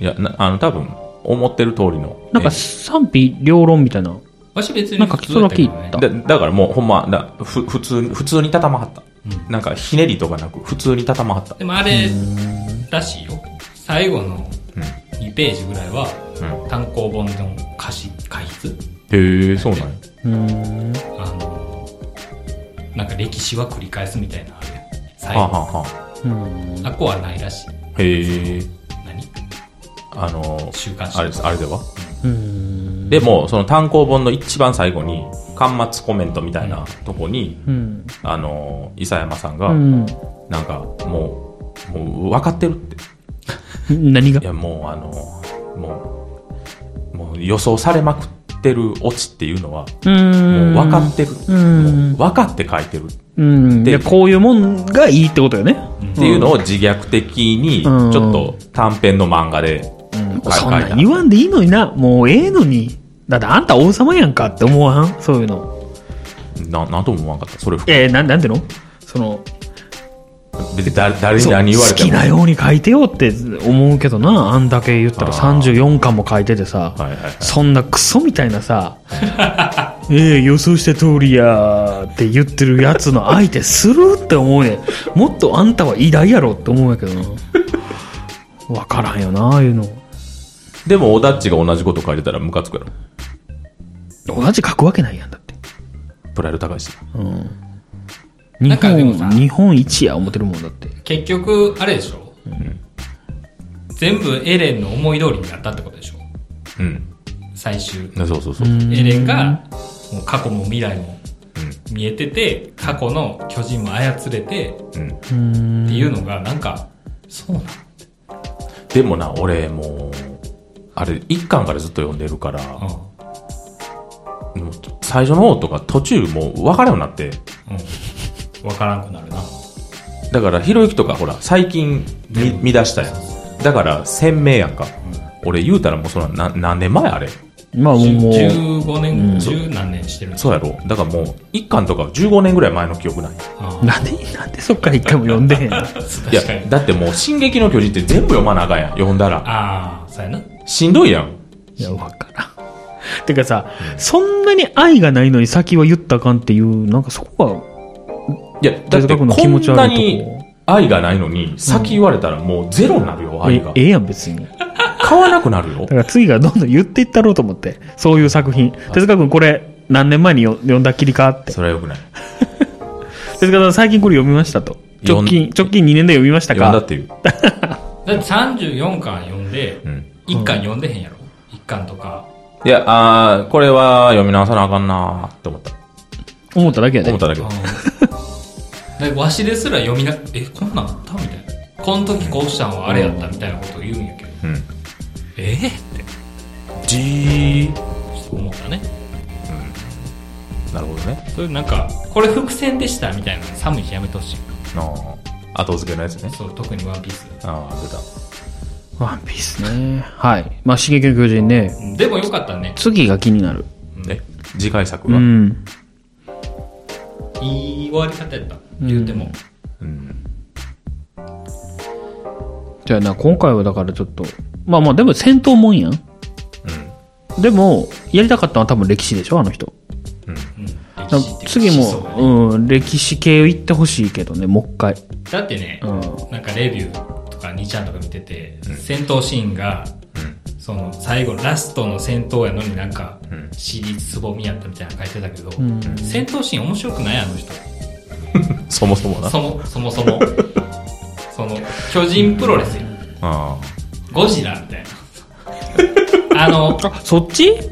[SPEAKER 3] いや、なあの、多分思ってる通りの。
[SPEAKER 1] なんか賛否両論みたいな。
[SPEAKER 2] わし別に
[SPEAKER 1] なんか
[SPEAKER 2] 普通やたけどね
[SPEAKER 1] それは聞い
[SPEAKER 3] え
[SPEAKER 1] た
[SPEAKER 3] だだからもう、ほんま、だふ普通に、普通に畳まはった。なんか、ひねりとかなく、普通に畳まはった。
[SPEAKER 2] でもあれらしいよ最後の2ページぐらいは
[SPEAKER 3] う
[SPEAKER 2] 単行本の歌詞解筆
[SPEAKER 3] へえ、そうなんや。
[SPEAKER 1] うーん。
[SPEAKER 2] あのなんか歴史は繰り返すみたいなのあれ最
[SPEAKER 3] はあ、
[SPEAKER 2] 後
[SPEAKER 3] はあは
[SPEAKER 1] うん。
[SPEAKER 2] あっこはないらしい
[SPEAKER 3] あ、へえ、
[SPEAKER 2] 何
[SPEAKER 3] あの、
[SPEAKER 2] 週刊誌
[SPEAKER 3] あれです、あれでは
[SPEAKER 1] うん。
[SPEAKER 3] でも、その単行本の一番最後に、端末コメントみたいなとこに、
[SPEAKER 1] うん。
[SPEAKER 3] あの、伊佐山さん
[SPEAKER 1] う
[SPEAKER 3] が、
[SPEAKER 1] ん。
[SPEAKER 3] なんか、もう、もう分かってるって。
[SPEAKER 1] 何が
[SPEAKER 3] いや、もう、あの、もう、もう予想されまくってるオチっていうのは、
[SPEAKER 1] うー。
[SPEAKER 3] もうん分かってる。
[SPEAKER 1] うん
[SPEAKER 3] もう分かって書いてる。っ
[SPEAKER 1] うん。
[SPEAKER 3] で
[SPEAKER 1] で、こういうもんがいいってことよね。
[SPEAKER 3] ていうのを自虐的に、ち
[SPEAKER 1] う
[SPEAKER 3] ょ
[SPEAKER 1] ん
[SPEAKER 3] っと短編の漫画で、書い
[SPEAKER 1] そん
[SPEAKER 3] 書い
[SPEAKER 1] な
[SPEAKER 3] た
[SPEAKER 1] ん言わんでいいのにな。もうええのに。だってあんた王様やんかって思わんそういうの。
[SPEAKER 3] な、なんとも思わんかった。それ、
[SPEAKER 1] えー、なん、なんていうのその、
[SPEAKER 3] 別に誰誰に
[SPEAKER 1] そう
[SPEAKER 3] 何言われ
[SPEAKER 1] 好
[SPEAKER 3] て
[SPEAKER 1] き
[SPEAKER 3] も。
[SPEAKER 1] なように書いてよって思うけどな。あんだけ言ったら34巻も書いててさ。
[SPEAKER 3] はいはいはい
[SPEAKER 1] そんなクソみたいな さ、ええ予想した通りやーって言ってるやつの相手するって思うねんもっとあんたは偉大やろって思うんやけどな。わからんよな、ああいうの。
[SPEAKER 3] でも、オダッチが同じこと書いてたらムカつくやろ。
[SPEAKER 1] 同じ書くわけないやんだって。
[SPEAKER 3] プライド高いし。
[SPEAKER 1] 日
[SPEAKER 2] なんかでも
[SPEAKER 1] 本、
[SPEAKER 2] さ
[SPEAKER 1] 日本一や思ってるもんだって。
[SPEAKER 2] 結局あれでしょ、全部エレンの思い通りになったってことでしょ
[SPEAKER 3] うん。
[SPEAKER 2] 最終
[SPEAKER 3] そうそうそう。
[SPEAKER 2] エレンがもう過去も未来も見えてて過去の巨人も操れて
[SPEAKER 3] うん。
[SPEAKER 2] っていうのがなんかそうなん
[SPEAKER 3] でもな、俺、もう、あれ、一巻からずっと読んでるから、
[SPEAKER 2] う
[SPEAKER 3] もう最初の方とか途中もう分からんようになって、
[SPEAKER 2] ん。うん。わからんくなるな。
[SPEAKER 3] だから、ひろゆきとかほら、最近見見出したやん。だから、鮮明やんか。俺言うたらもうそのな、何年前あれ
[SPEAKER 1] まあもう、もう
[SPEAKER 2] 15年、十、何年してるんです
[SPEAKER 3] そうやろだからもう、一巻とか15年ぐらい前の記憶ない。
[SPEAKER 2] あ
[SPEAKER 1] なんで、なんでそっから一回も読んでへん の
[SPEAKER 2] あ
[SPEAKER 3] い
[SPEAKER 2] 確か
[SPEAKER 3] や、
[SPEAKER 2] に。
[SPEAKER 3] だってもう、進撃の巨人って全部読まなあかんやん。読んだら。
[SPEAKER 2] ああ、そうやな。
[SPEAKER 3] しんどいやん。
[SPEAKER 1] いや、わからん。てかさ、そんなに愛がないのに先は言ったらあかんっていう、なんかそこ
[SPEAKER 3] いや、だって
[SPEAKER 1] 哲学の
[SPEAKER 3] こ
[SPEAKER 1] 気持ち
[SPEAKER 3] んな
[SPEAKER 1] 悪い
[SPEAKER 3] に
[SPEAKER 1] とこ
[SPEAKER 3] 愛がないのに、先言われたらもうゼロになるよ、
[SPEAKER 1] が、
[SPEAKER 3] 愛
[SPEAKER 1] え
[SPEAKER 3] が。
[SPEAKER 1] ええやん別に。だ
[SPEAKER 3] 買わなくなるよ
[SPEAKER 1] か。ら次からどんどん言っていったろうと思って、そういう作品。手塚君これ何年前によ読んだっきりかって。
[SPEAKER 3] それはよくない。
[SPEAKER 1] 手塚さん最近これ読みましたと。直近、直近2年で読みました
[SPEAKER 3] 読んだ
[SPEAKER 1] か
[SPEAKER 3] っていう。
[SPEAKER 2] だって34巻読んで、
[SPEAKER 3] うん。
[SPEAKER 2] 1巻読んでへんやろ。1巻とか。
[SPEAKER 3] いや、あーこれは読み直さなあかんなーって思った。
[SPEAKER 1] 思っただけやで、
[SPEAKER 3] 思っただけ
[SPEAKER 2] うん。だってわしですら読みな、え、こんなんあったみたいな。この時こうしたんはあれやったみたいなことを言うんやけど。
[SPEAKER 3] うん。
[SPEAKER 2] えー、って
[SPEAKER 3] じー。
[SPEAKER 2] 思ったね。
[SPEAKER 3] なるほどね。
[SPEAKER 2] そういうなんか、これ伏線でしたみたいなの寒い日やめてほしい。
[SPEAKER 3] なあ後付けのやつね。
[SPEAKER 2] そう、特にワンピース。
[SPEAKER 3] ああ、出た。
[SPEAKER 1] ワンピースね。はい。まあ、刺激の巨人ね。
[SPEAKER 2] うんでもよかったね。
[SPEAKER 1] 次が気になる。
[SPEAKER 3] え、次回作
[SPEAKER 1] う
[SPEAKER 3] は、
[SPEAKER 1] ん。
[SPEAKER 2] いい終わり方やった。言うても。
[SPEAKER 1] じゃあな、今回はだからちょっと、まあまあ、でも戦闘もんやん。でも、やりたかったのは多分歴史でしょ、あの人。
[SPEAKER 2] うん。
[SPEAKER 1] だから
[SPEAKER 2] 歴史っていうか
[SPEAKER 1] 次
[SPEAKER 2] 思想がね
[SPEAKER 1] も、うん、歴史系行ってほしいけどね、もう一回。
[SPEAKER 2] だってね、
[SPEAKER 1] う
[SPEAKER 2] なんかレビューとか2ちゃんとか見てて、戦闘シーンが、その最後ラストの戦闘やのになんか、CD つぼみやったみたいなの書いてたけど、戦闘シーン面白くないあの人
[SPEAKER 3] そもそもな。
[SPEAKER 2] そもそもそも その巨人プロレスや
[SPEAKER 3] あ
[SPEAKER 2] ゴジラみたい なあのそう
[SPEAKER 1] あ、そっち
[SPEAKER 2] そう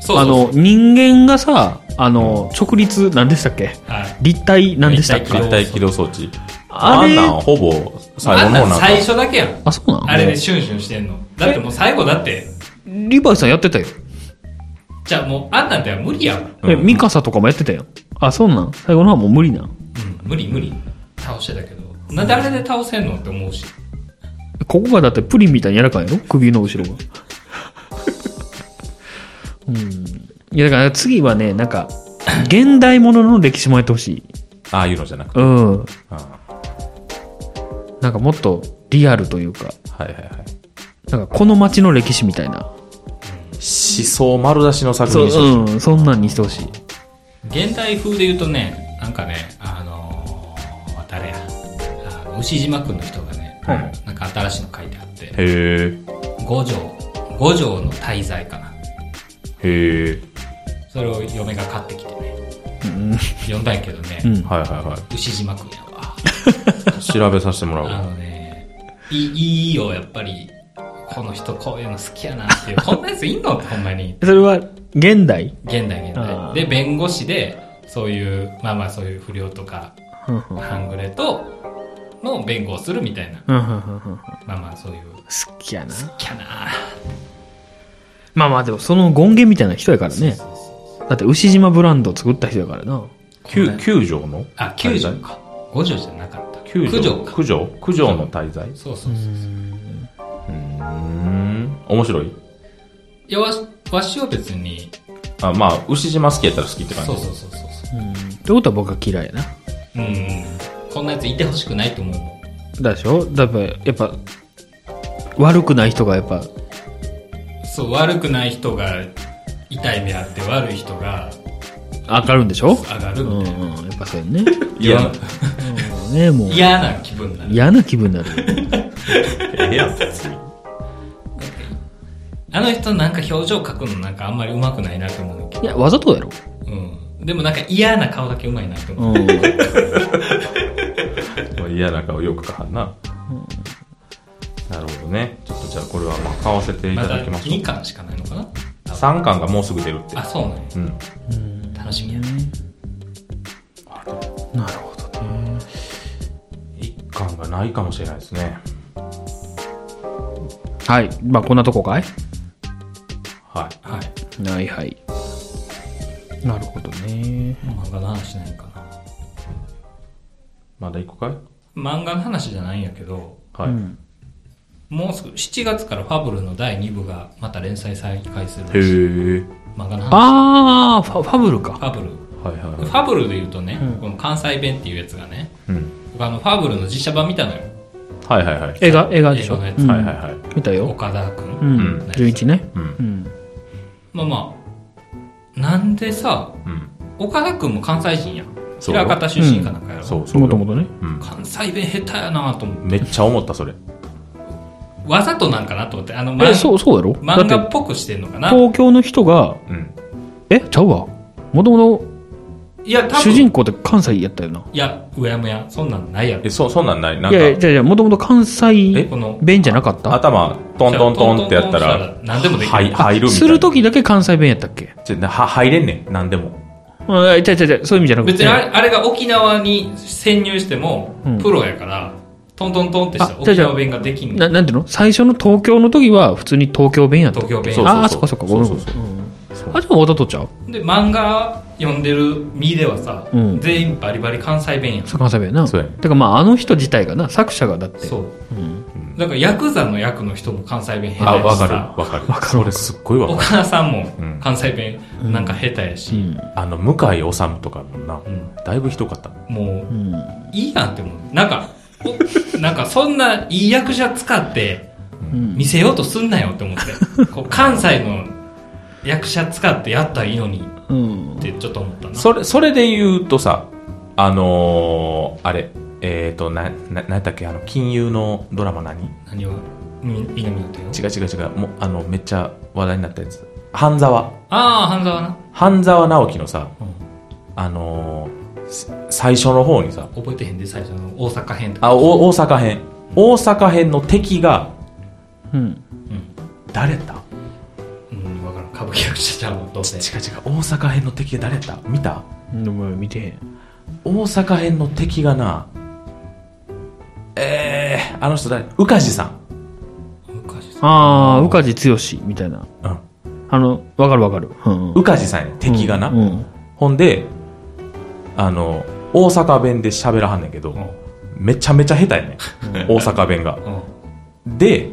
[SPEAKER 2] そう
[SPEAKER 1] あの、人間がさ、あの、直立、何でしたっけ
[SPEAKER 2] あ
[SPEAKER 1] 立体、何でしたっ
[SPEAKER 3] あ。
[SPEAKER 1] け
[SPEAKER 2] 立
[SPEAKER 3] 立体起動装置。
[SPEAKER 1] あれ
[SPEAKER 3] んなんほぼ最後
[SPEAKER 2] あん
[SPEAKER 3] の
[SPEAKER 2] な
[SPEAKER 3] 方
[SPEAKER 2] ん
[SPEAKER 3] なんか
[SPEAKER 2] 最初だけやん
[SPEAKER 1] あ、そうな
[SPEAKER 2] あれ
[SPEAKER 1] の
[SPEAKER 2] でシュンシュンしてんのだってもう最後だって
[SPEAKER 1] リバイさんやってたよ。
[SPEAKER 2] じゃあもうあんなんでは無理やん、うん、
[SPEAKER 1] え、ミカサとかもやってたよ。あ、そうなん最後のはもう無理なん
[SPEAKER 2] 無理無理倒してたけどなんであれで倒せんのって思うし
[SPEAKER 1] ここがだってプリンみたいに柔らかいやろ首の後 ろが。うん。いやだから次はね、なんか、現代ものの歴史もやってほしい。
[SPEAKER 3] ああいうのじゃなくて。
[SPEAKER 1] うん。
[SPEAKER 3] うん
[SPEAKER 1] なんかもっとリアルというか、
[SPEAKER 3] はいはいはい。
[SPEAKER 1] なんかこの街の歴史みたいな。
[SPEAKER 3] 思想丸出しの作
[SPEAKER 1] そ、
[SPEAKER 3] 品にしてほしいう
[SPEAKER 1] うん、そんなんにしてほしい。
[SPEAKER 2] 現代風で言うとねなんかねあのー、誰やあの牛島君の人がね、
[SPEAKER 3] う
[SPEAKER 2] なんか新しいの書いてあって
[SPEAKER 3] へえ。
[SPEAKER 2] 五条五条の滞在かな
[SPEAKER 3] へえ。
[SPEAKER 2] それを嫁が買ってきてね、読んだんやけどね、
[SPEAKER 1] ん
[SPEAKER 3] はいはいはい。
[SPEAKER 2] 牛島君やわ
[SPEAKER 3] 調べさせてもらおう。
[SPEAKER 2] あのねいいいいよやっぱりこの人こういうの好きやなっていうこんなやついんのほんまに
[SPEAKER 1] それは、現代
[SPEAKER 2] 現代現
[SPEAKER 1] あー
[SPEAKER 2] 代で弁護士でそういうまあまあそういう不良とか
[SPEAKER 1] うんうん
[SPEAKER 2] 半グレとの弁護をするみたいな
[SPEAKER 1] うんうんうんうん
[SPEAKER 2] まあまあそういう
[SPEAKER 1] 好きやな。
[SPEAKER 2] キャナ
[SPEAKER 1] まあまあでもその権限みたいな人やからね。だって牛島ブランド作った人やからな。
[SPEAKER 3] 九九条の
[SPEAKER 2] あ九条か五条じゃなかった
[SPEAKER 3] 九条
[SPEAKER 2] 九条か
[SPEAKER 3] 九条九条の滞在う
[SPEAKER 2] そうそうそう
[SPEAKER 3] ーん。面白い
[SPEAKER 2] いやわしわしは別に
[SPEAKER 3] あ、まあ、牛島好きやったら好きって感じ。
[SPEAKER 2] そうそうそうそうそ
[SPEAKER 1] うん。ってことは僕は嫌いやな。
[SPEAKER 2] ううんこんなやついてほしくないと思うもん
[SPEAKER 1] だでしょだからやっぱ悪くない人がやっぱ
[SPEAKER 2] そう悪くない人が痛い目あって悪い人が
[SPEAKER 1] 上がるんでしょ
[SPEAKER 2] 上が
[SPEAKER 1] う
[SPEAKER 2] る
[SPEAKER 1] んうん
[SPEAKER 2] みたいな
[SPEAKER 1] やっぱそうやね
[SPEAKER 3] 嫌な。
[SPEAKER 1] もうねもう
[SPEAKER 2] 嫌な気分になる
[SPEAKER 1] 嫌な気分になるよ
[SPEAKER 3] ええやん、別に
[SPEAKER 2] あの人なんか表情書くのなんかあんまり上手くないなと思うけど
[SPEAKER 1] いやわざとやろ
[SPEAKER 2] うんでもなんか嫌な顔だけ上手いなと思う、
[SPEAKER 1] うん
[SPEAKER 3] まあ嫌な顔よくかはんな。なるほどね。ちょっとじゃあこれはまあ買わせてい
[SPEAKER 2] ま
[SPEAKER 3] た
[SPEAKER 2] だ
[SPEAKER 3] だきましょ
[SPEAKER 2] 2
[SPEAKER 3] う。
[SPEAKER 2] 巻しかないのかな
[SPEAKER 3] 3巻がもうすぐ出るって
[SPEAKER 2] あ。そうなんや
[SPEAKER 3] うん。
[SPEAKER 2] 楽しみや
[SPEAKER 1] なるほどね
[SPEAKER 3] 1巻がないかもしれないですね。
[SPEAKER 1] はいまあこんなとこかい
[SPEAKER 3] はい。
[SPEAKER 2] はい
[SPEAKER 1] はいはいなるほどね
[SPEAKER 2] 漫画の話ないんかな
[SPEAKER 3] まだ1個かい
[SPEAKER 2] 漫画の話じゃないんやけど
[SPEAKER 3] はい。
[SPEAKER 2] もうすぐ7月からファブルの第2部がまた連載再開するらしい
[SPEAKER 3] へえ。
[SPEAKER 2] 漫画の話
[SPEAKER 1] ああファファブル
[SPEAKER 2] フ
[SPEAKER 1] か
[SPEAKER 2] ァブル
[SPEAKER 3] はいはい
[SPEAKER 2] フ
[SPEAKER 3] は
[SPEAKER 2] ァブルで言うとね、この関西弁っていうやつがね
[SPEAKER 3] い。うん。
[SPEAKER 2] 僕あのファブルの実写版見たのよ
[SPEAKER 3] はいはいはい。
[SPEAKER 1] 映画映画でしょ
[SPEAKER 2] 映画のやつ
[SPEAKER 1] うん
[SPEAKER 3] はいはいはい。
[SPEAKER 1] 見たよ
[SPEAKER 2] 岡田君、
[SPEAKER 1] うん
[SPEAKER 2] ん
[SPEAKER 1] 11ね
[SPEAKER 3] うん
[SPEAKER 1] うん
[SPEAKER 2] まあまあなんでさ、
[SPEAKER 3] うん。
[SPEAKER 2] 岡田くんも関西人やん。
[SPEAKER 3] そう
[SPEAKER 2] 平方出身かなんかやろ。
[SPEAKER 3] そうそう。
[SPEAKER 1] もともとね。
[SPEAKER 3] うん。
[SPEAKER 2] 関西弁下手やなと思って。
[SPEAKER 3] めっちゃ思った、それ。
[SPEAKER 2] わざとなんかなと思って。あの、
[SPEAKER 1] え、
[SPEAKER 2] 漫
[SPEAKER 1] そう、そうやろ
[SPEAKER 2] 漫
[SPEAKER 1] だ
[SPEAKER 2] 画
[SPEAKER 1] っ、
[SPEAKER 2] ってぽくしてんのかな。
[SPEAKER 1] 東京の人が、
[SPEAKER 3] うん。
[SPEAKER 1] え、ちゃうわ。もとも
[SPEAKER 2] いや、
[SPEAKER 1] と
[SPEAKER 2] 多
[SPEAKER 1] 主
[SPEAKER 2] 分。
[SPEAKER 1] 人公って関西やったよな。
[SPEAKER 2] いや、うやむや。そんなんないやろ
[SPEAKER 3] え、。そ、そんなんないなん
[SPEAKER 1] い
[SPEAKER 3] か、
[SPEAKER 1] やいや、じゃあじゃもともと関西
[SPEAKER 3] え
[SPEAKER 2] この、
[SPEAKER 1] 弁じゃなかった
[SPEAKER 3] 頭、トントントンってやっ
[SPEAKER 2] ト
[SPEAKER 3] た
[SPEAKER 2] ントン
[SPEAKER 3] ら、
[SPEAKER 2] トンしたら何でもできる
[SPEAKER 3] はい、入るみたいな。
[SPEAKER 1] するときだけ関西弁やったっけ
[SPEAKER 3] ちょなは入れんねん、なんでも。
[SPEAKER 1] あいや違う違う違う、そういう意味じゃなくて。
[SPEAKER 2] 別にあれあれが沖縄に潜入しても
[SPEAKER 1] うん、
[SPEAKER 2] プロやから、トントントンってした
[SPEAKER 1] あじ
[SPEAKER 2] ら
[SPEAKER 1] ゃあ
[SPEAKER 2] 沖
[SPEAKER 1] じゃあ
[SPEAKER 2] 縄弁ができんの。
[SPEAKER 1] ななんていうの最初の東京の時は普通に東京弁やった
[SPEAKER 2] 東京弁
[SPEAKER 3] そう。
[SPEAKER 1] ああーそっかそっかごめん
[SPEAKER 3] そうそうそう
[SPEAKER 1] あじゃあわざとちゃう
[SPEAKER 2] で、漫画読んでる身ではさ
[SPEAKER 1] うん、
[SPEAKER 2] 全員バリバリ関西弁やん。
[SPEAKER 1] 関西弁やな
[SPEAKER 3] そうやね
[SPEAKER 1] だからまああの人自体がな作者がだって
[SPEAKER 2] そう。だから、ヤクザの役の人も関西弁下手
[SPEAKER 3] あ、
[SPEAKER 2] や
[SPEAKER 3] わ
[SPEAKER 2] し
[SPEAKER 3] かる、
[SPEAKER 2] さ、
[SPEAKER 3] わかる。それすっごいわかる
[SPEAKER 2] 岡。田さんも
[SPEAKER 3] うん
[SPEAKER 2] 関西弁なんか下手やし、
[SPEAKER 3] あの、向井治とかもな、
[SPEAKER 2] うん
[SPEAKER 3] だいぶひどかった。
[SPEAKER 2] もう、
[SPEAKER 1] うん
[SPEAKER 2] いいやんって思う。なんか、おなんかそんないい役者使って、見せようとすんなよって思って。こう関西の役者使ってやったらいいのにっ
[SPEAKER 1] うん
[SPEAKER 2] てちょっと思ったな。
[SPEAKER 3] それ、それで言うとさ、あのー、あれ、えっ、ー、と、な、な、なんだっけ、あの、金融のドラマ何違
[SPEAKER 2] 何は、み、南だったよ。
[SPEAKER 3] う違う違う、もう、あの、めっちゃ話題になったやつ。半沢。
[SPEAKER 2] ああ、半沢な。
[SPEAKER 3] 半沢直樹のさ、
[SPEAKER 2] うん
[SPEAKER 3] あのー、す最初の方にさ、
[SPEAKER 2] 覚えてへんで、最初の大阪編とか。
[SPEAKER 3] あ、お大阪編。大阪編の敵が、
[SPEAKER 1] うん
[SPEAKER 3] 誰だ
[SPEAKER 2] うん、わからん。歌舞伎役者ちゃうもん、どうせ。
[SPEAKER 3] 違う違う、大阪編の敵が誰だ見た
[SPEAKER 1] でも見てへん
[SPEAKER 3] 大阪編の敵がな、えー、あの人誰宇梶さん。
[SPEAKER 2] 昔さ
[SPEAKER 1] ああ宇梶剛みたいな
[SPEAKER 3] うん。
[SPEAKER 1] あのわかるわかるうん
[SPEAKER 3] 宇梶さんやね敵がな。
[SPEAKER 1] うん
[SPEAKER 3] ほんで、あの、大阪弁で喋らはんねんけど、めちゃめちゃ下手やねん。大阪弁が。
[SPEAKER 2] うん。
[SPEAKER 3] で、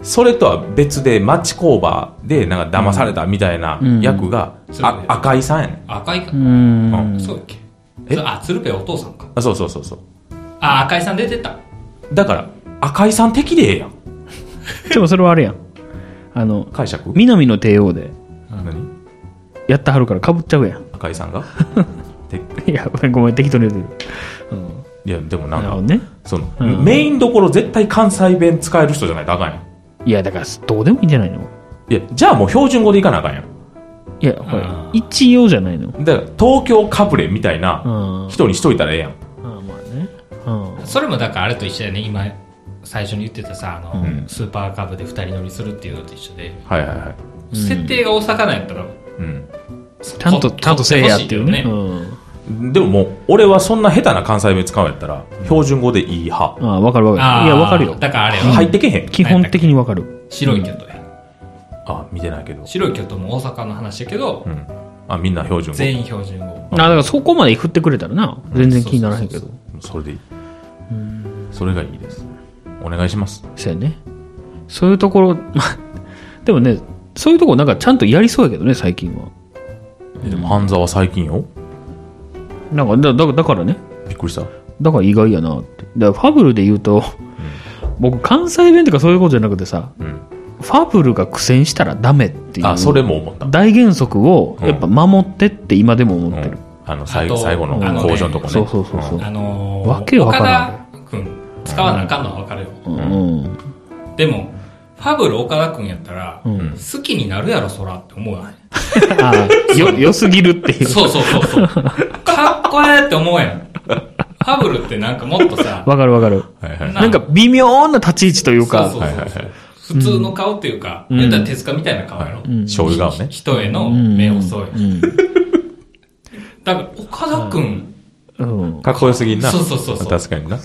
[SPEAKER 3] それとは別で町工場でなんか騙されたみたいな
[SPEAKER 1] うん
[SPEAKER 3] 役が、
[SPEAKER 2] うん
[SPEAKER 3] あ赤井さんやねん。
[SPEAKER 2] 赤いか
[SPEAKER 1] う。ん
[SPEAKER 3] う
[SPEAKER 1] うん
[SPEAKER 2] そうだっけ
[SPEAKER 3] え
[SPEAKER 2] それあ、鶴瓶お父さんか。
[SPEAKER 3] あそうそうそうそう。
[SPEAKER 2] あ、赤井さん出てた。
[SPEAKER 3] だから、赤井さん敵でええやん。
[SPEAKER 1] でもそれはあれやんあの
[SPEAKER 3] 解釈
[SPEAKER 1] 南の帝王で
[SPEAKER 3] 何
[SPEAKER 1] やったはるからかぶっちゃうやん
[SPEAKER 3] 赤井さんが て
[SPEAKER 1] いやごめん適当に言うてる
[SPEAKER 3] いや、でもな
[SPEAKER 1] なんる
[SPEAKER 3] か
[SPEAKER 1] ほど、ね
[SPEAKER 3] その、
[SPEAKER 1] うん
[SPEAKER 3] メインどころ絶対関西弁使える人じゃないとあかんやん。
[SPEAKER 1] いやだからどうでもいいんじゃないの
[SPEAKER 3] いや、じゃあもう標準語でいかなあかんやん。
[SPEAKER 1] いやほら
[SPEAKER 2] あー
[SPEAKER 1] 一応じゃないの
[SPEAKER 3] だから、東京かぶれみたいうなん人にしといたらええやん。
[SPEAKER 1] ああまあねうん
[SPEAKER 2] それもだからあれと一緒だよね、今、最初に言ってたさ、あの、
[SPEAKER 3] うん
[SPEAKER 2] スーパーカブで二人乗りするっていうのと一緒で、
[SPEAKER 3] はいはいはい。
[SPEAKER 2] 設定が大阪なんやったら、
[SPEAKER 3] うん。
[SPEAKER 1] ちゃんと
[SPEAKER 2] こ
[SPEAKER 1] ちゃんとせえやっていうね
[SPEAKER 2] こ
[SPEAKER 1] うん
[SPEAKER 3] でももう、俺はそんな下手な関西弁使うんやったら、標準語でいい派。
[SPEAKER 1] ああわかるわか
[SPEAKER 2] あ
[SPEAKER 1] る
[SPEAKER 2] ー
[SPEAKER 1] いやわかるよ
[SPEAKER 2] だからあれ
[SPEAKER 3] 入
[SPEAKER 2] は、
[SPEAKER 3] ってけへん。
[SPEAKER 1] 基本的にわかる
[SPEAKER 2] 白い巨頭や。
[SPEAKER 3] あ、見てないけど。
[SPEAKER 2] 白い巨頭も大阪の話やけど
[SPEAKER 3] う、ん。あ、みんな標準語。
[SPEAKER 2] 全員標準語。
[SPEAKER 1] あだからそこまで振ってくれたらな全然気にならへんけ
[SPEAKER 2] そ
[SPEAKER 1] ど
[SPEAKER 2] う
[SPEAKER 3] それでいい。それがいいです。お願いします。
[SPEAKER 1] そうやねそういうところまあでもねそういうところなんかちゃんとやりそうやけどね最近は
[SPEAKER 3] えでも、半沢最近よ。
[SPEAKER 1] なんかだだだからね
[SPEAKER 3] びっくりした。
[SPEAKER 1] だから意外やなってだからファブルで言うと、僕関西弁とかそういうことじゃなくてさ
[SPEAKER 3] うん。
[SPEAKER 1] ファブルが苦戦したらダメっていう
[SPEAKER 3] あ、それも思った。
[SPEAKER 1] 大原則をやっぱ守ってって今でも思ってる、
[SPEAKER 3] あの、最後
[SPEAKER 2] あと
[SPEAKER 3] 最後の
[SPEAKER 2] あのね
[SPEAKER 3] 工場のとこね。
[SPEAKER 1] そうそうそうそう
[SPEAKER 2] あのー、
[SPEAKER 1] わけわからん
[SPEAKER 2] 岡田くん、使わなあかんのはわかるよ。
[SPEAKER 1] うん
[SPEAKER 2] でも、ファブル岡田くんやったら、
[SPEAKER 1] ん
[SPEAKER 2] 好きになるやろ、そらって思うわね。
[SPEAKER 1] ああ よ良すぎるっていう
[SPEAKER 2] そうそうそうそう。 かっこええって思うやん。ファブルってなんかもっとさ、
[SPEAKER 1] わかるわかる
[SPEAKER 3] うんはいはい。
[SPEAKER 1] なんか微妙な立ち位置というか
[SPEAKER 2] そうそうそう普通の顔っていうか、言ったら手塚みたいな顔やろ。
[SPEAKER 3] 醤油顔ね。
[SPEAKER 2] 人への目細い。
[SPEAKER 1] うん
[SPEAKER 2] だから、岡田くん、
[SPEAKER 1] うん
[SPEAKER 3] かっこよすぎんな。
[SPEAKER 2] そうそうそうそう
[SPEAKER 3] 確かにな。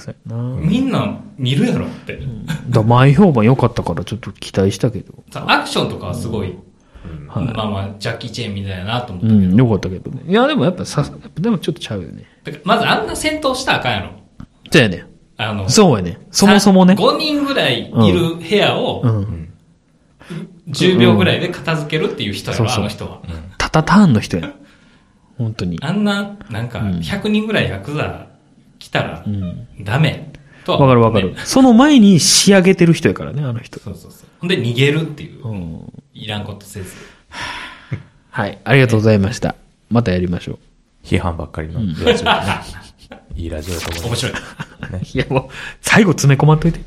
[SPEAKER 2] みんな見るやろって。
[SPEAKER 1] だ前評判良かったからちょっと期待したけど、
[SPEAKER 2] さアクションとかはすごい、
[SPEAKER 1] はい
[SPEAKER 2] まあまあ、ジャッキー・チェーンみたいやなと思
[SPEAKER 1] う
[SPEAKER 2] ったけ
[SPEAKER 1] ん良かったけどねいやでもやっぱさでもちょっとちゃうよね
[SPEAKER 2] ど。だからまずあんな戦闘したらあかんやろ。
[SPEAKER 1] そうやね
[SPEAKER 2] あの、
[SPEAKER 1] そうやねそもそもね
[SPEAKER 2] 5人ぐらいいる部屋を、
[SPEAKER 1] うん
[SPEAKER 2] 10秒ぐらいで片付けるっていう人や
[SPEAKER 1] うん
[SPEAKER 2] ろ、
[SPEAKER 1] そ
[SPEAKER 2] あ
[SPEAKER 1] うそう
[SPEAKER 2] の人は。
[SPEAKER 1] タタターンの人やね本当に
[SPEAKER 2] あんな、なんか、100人ぐらいヤクザ来たら、ダメ。とは
[SPEAKER 1] わかるわか
[SPEAKER 2] ね
[SPEAKER 1] るその前に仕上げてる人やからねあの人
[SPEAKER 2] そうそうそう。ほんで、逃げるっていう。
[SPEAKER 1] うん
[SPEAKER 2] いらんことせず。
[SPEAKER 1] はい。ありがとうございました。またやりましょう。
[SPEAKER 3] 批判ばっかりのラジオ、ねいいラジオだと思います
[SPEAKER 2] 面。白い。
[SPEAKER 1] いや、もう、最後詰め込まんといて。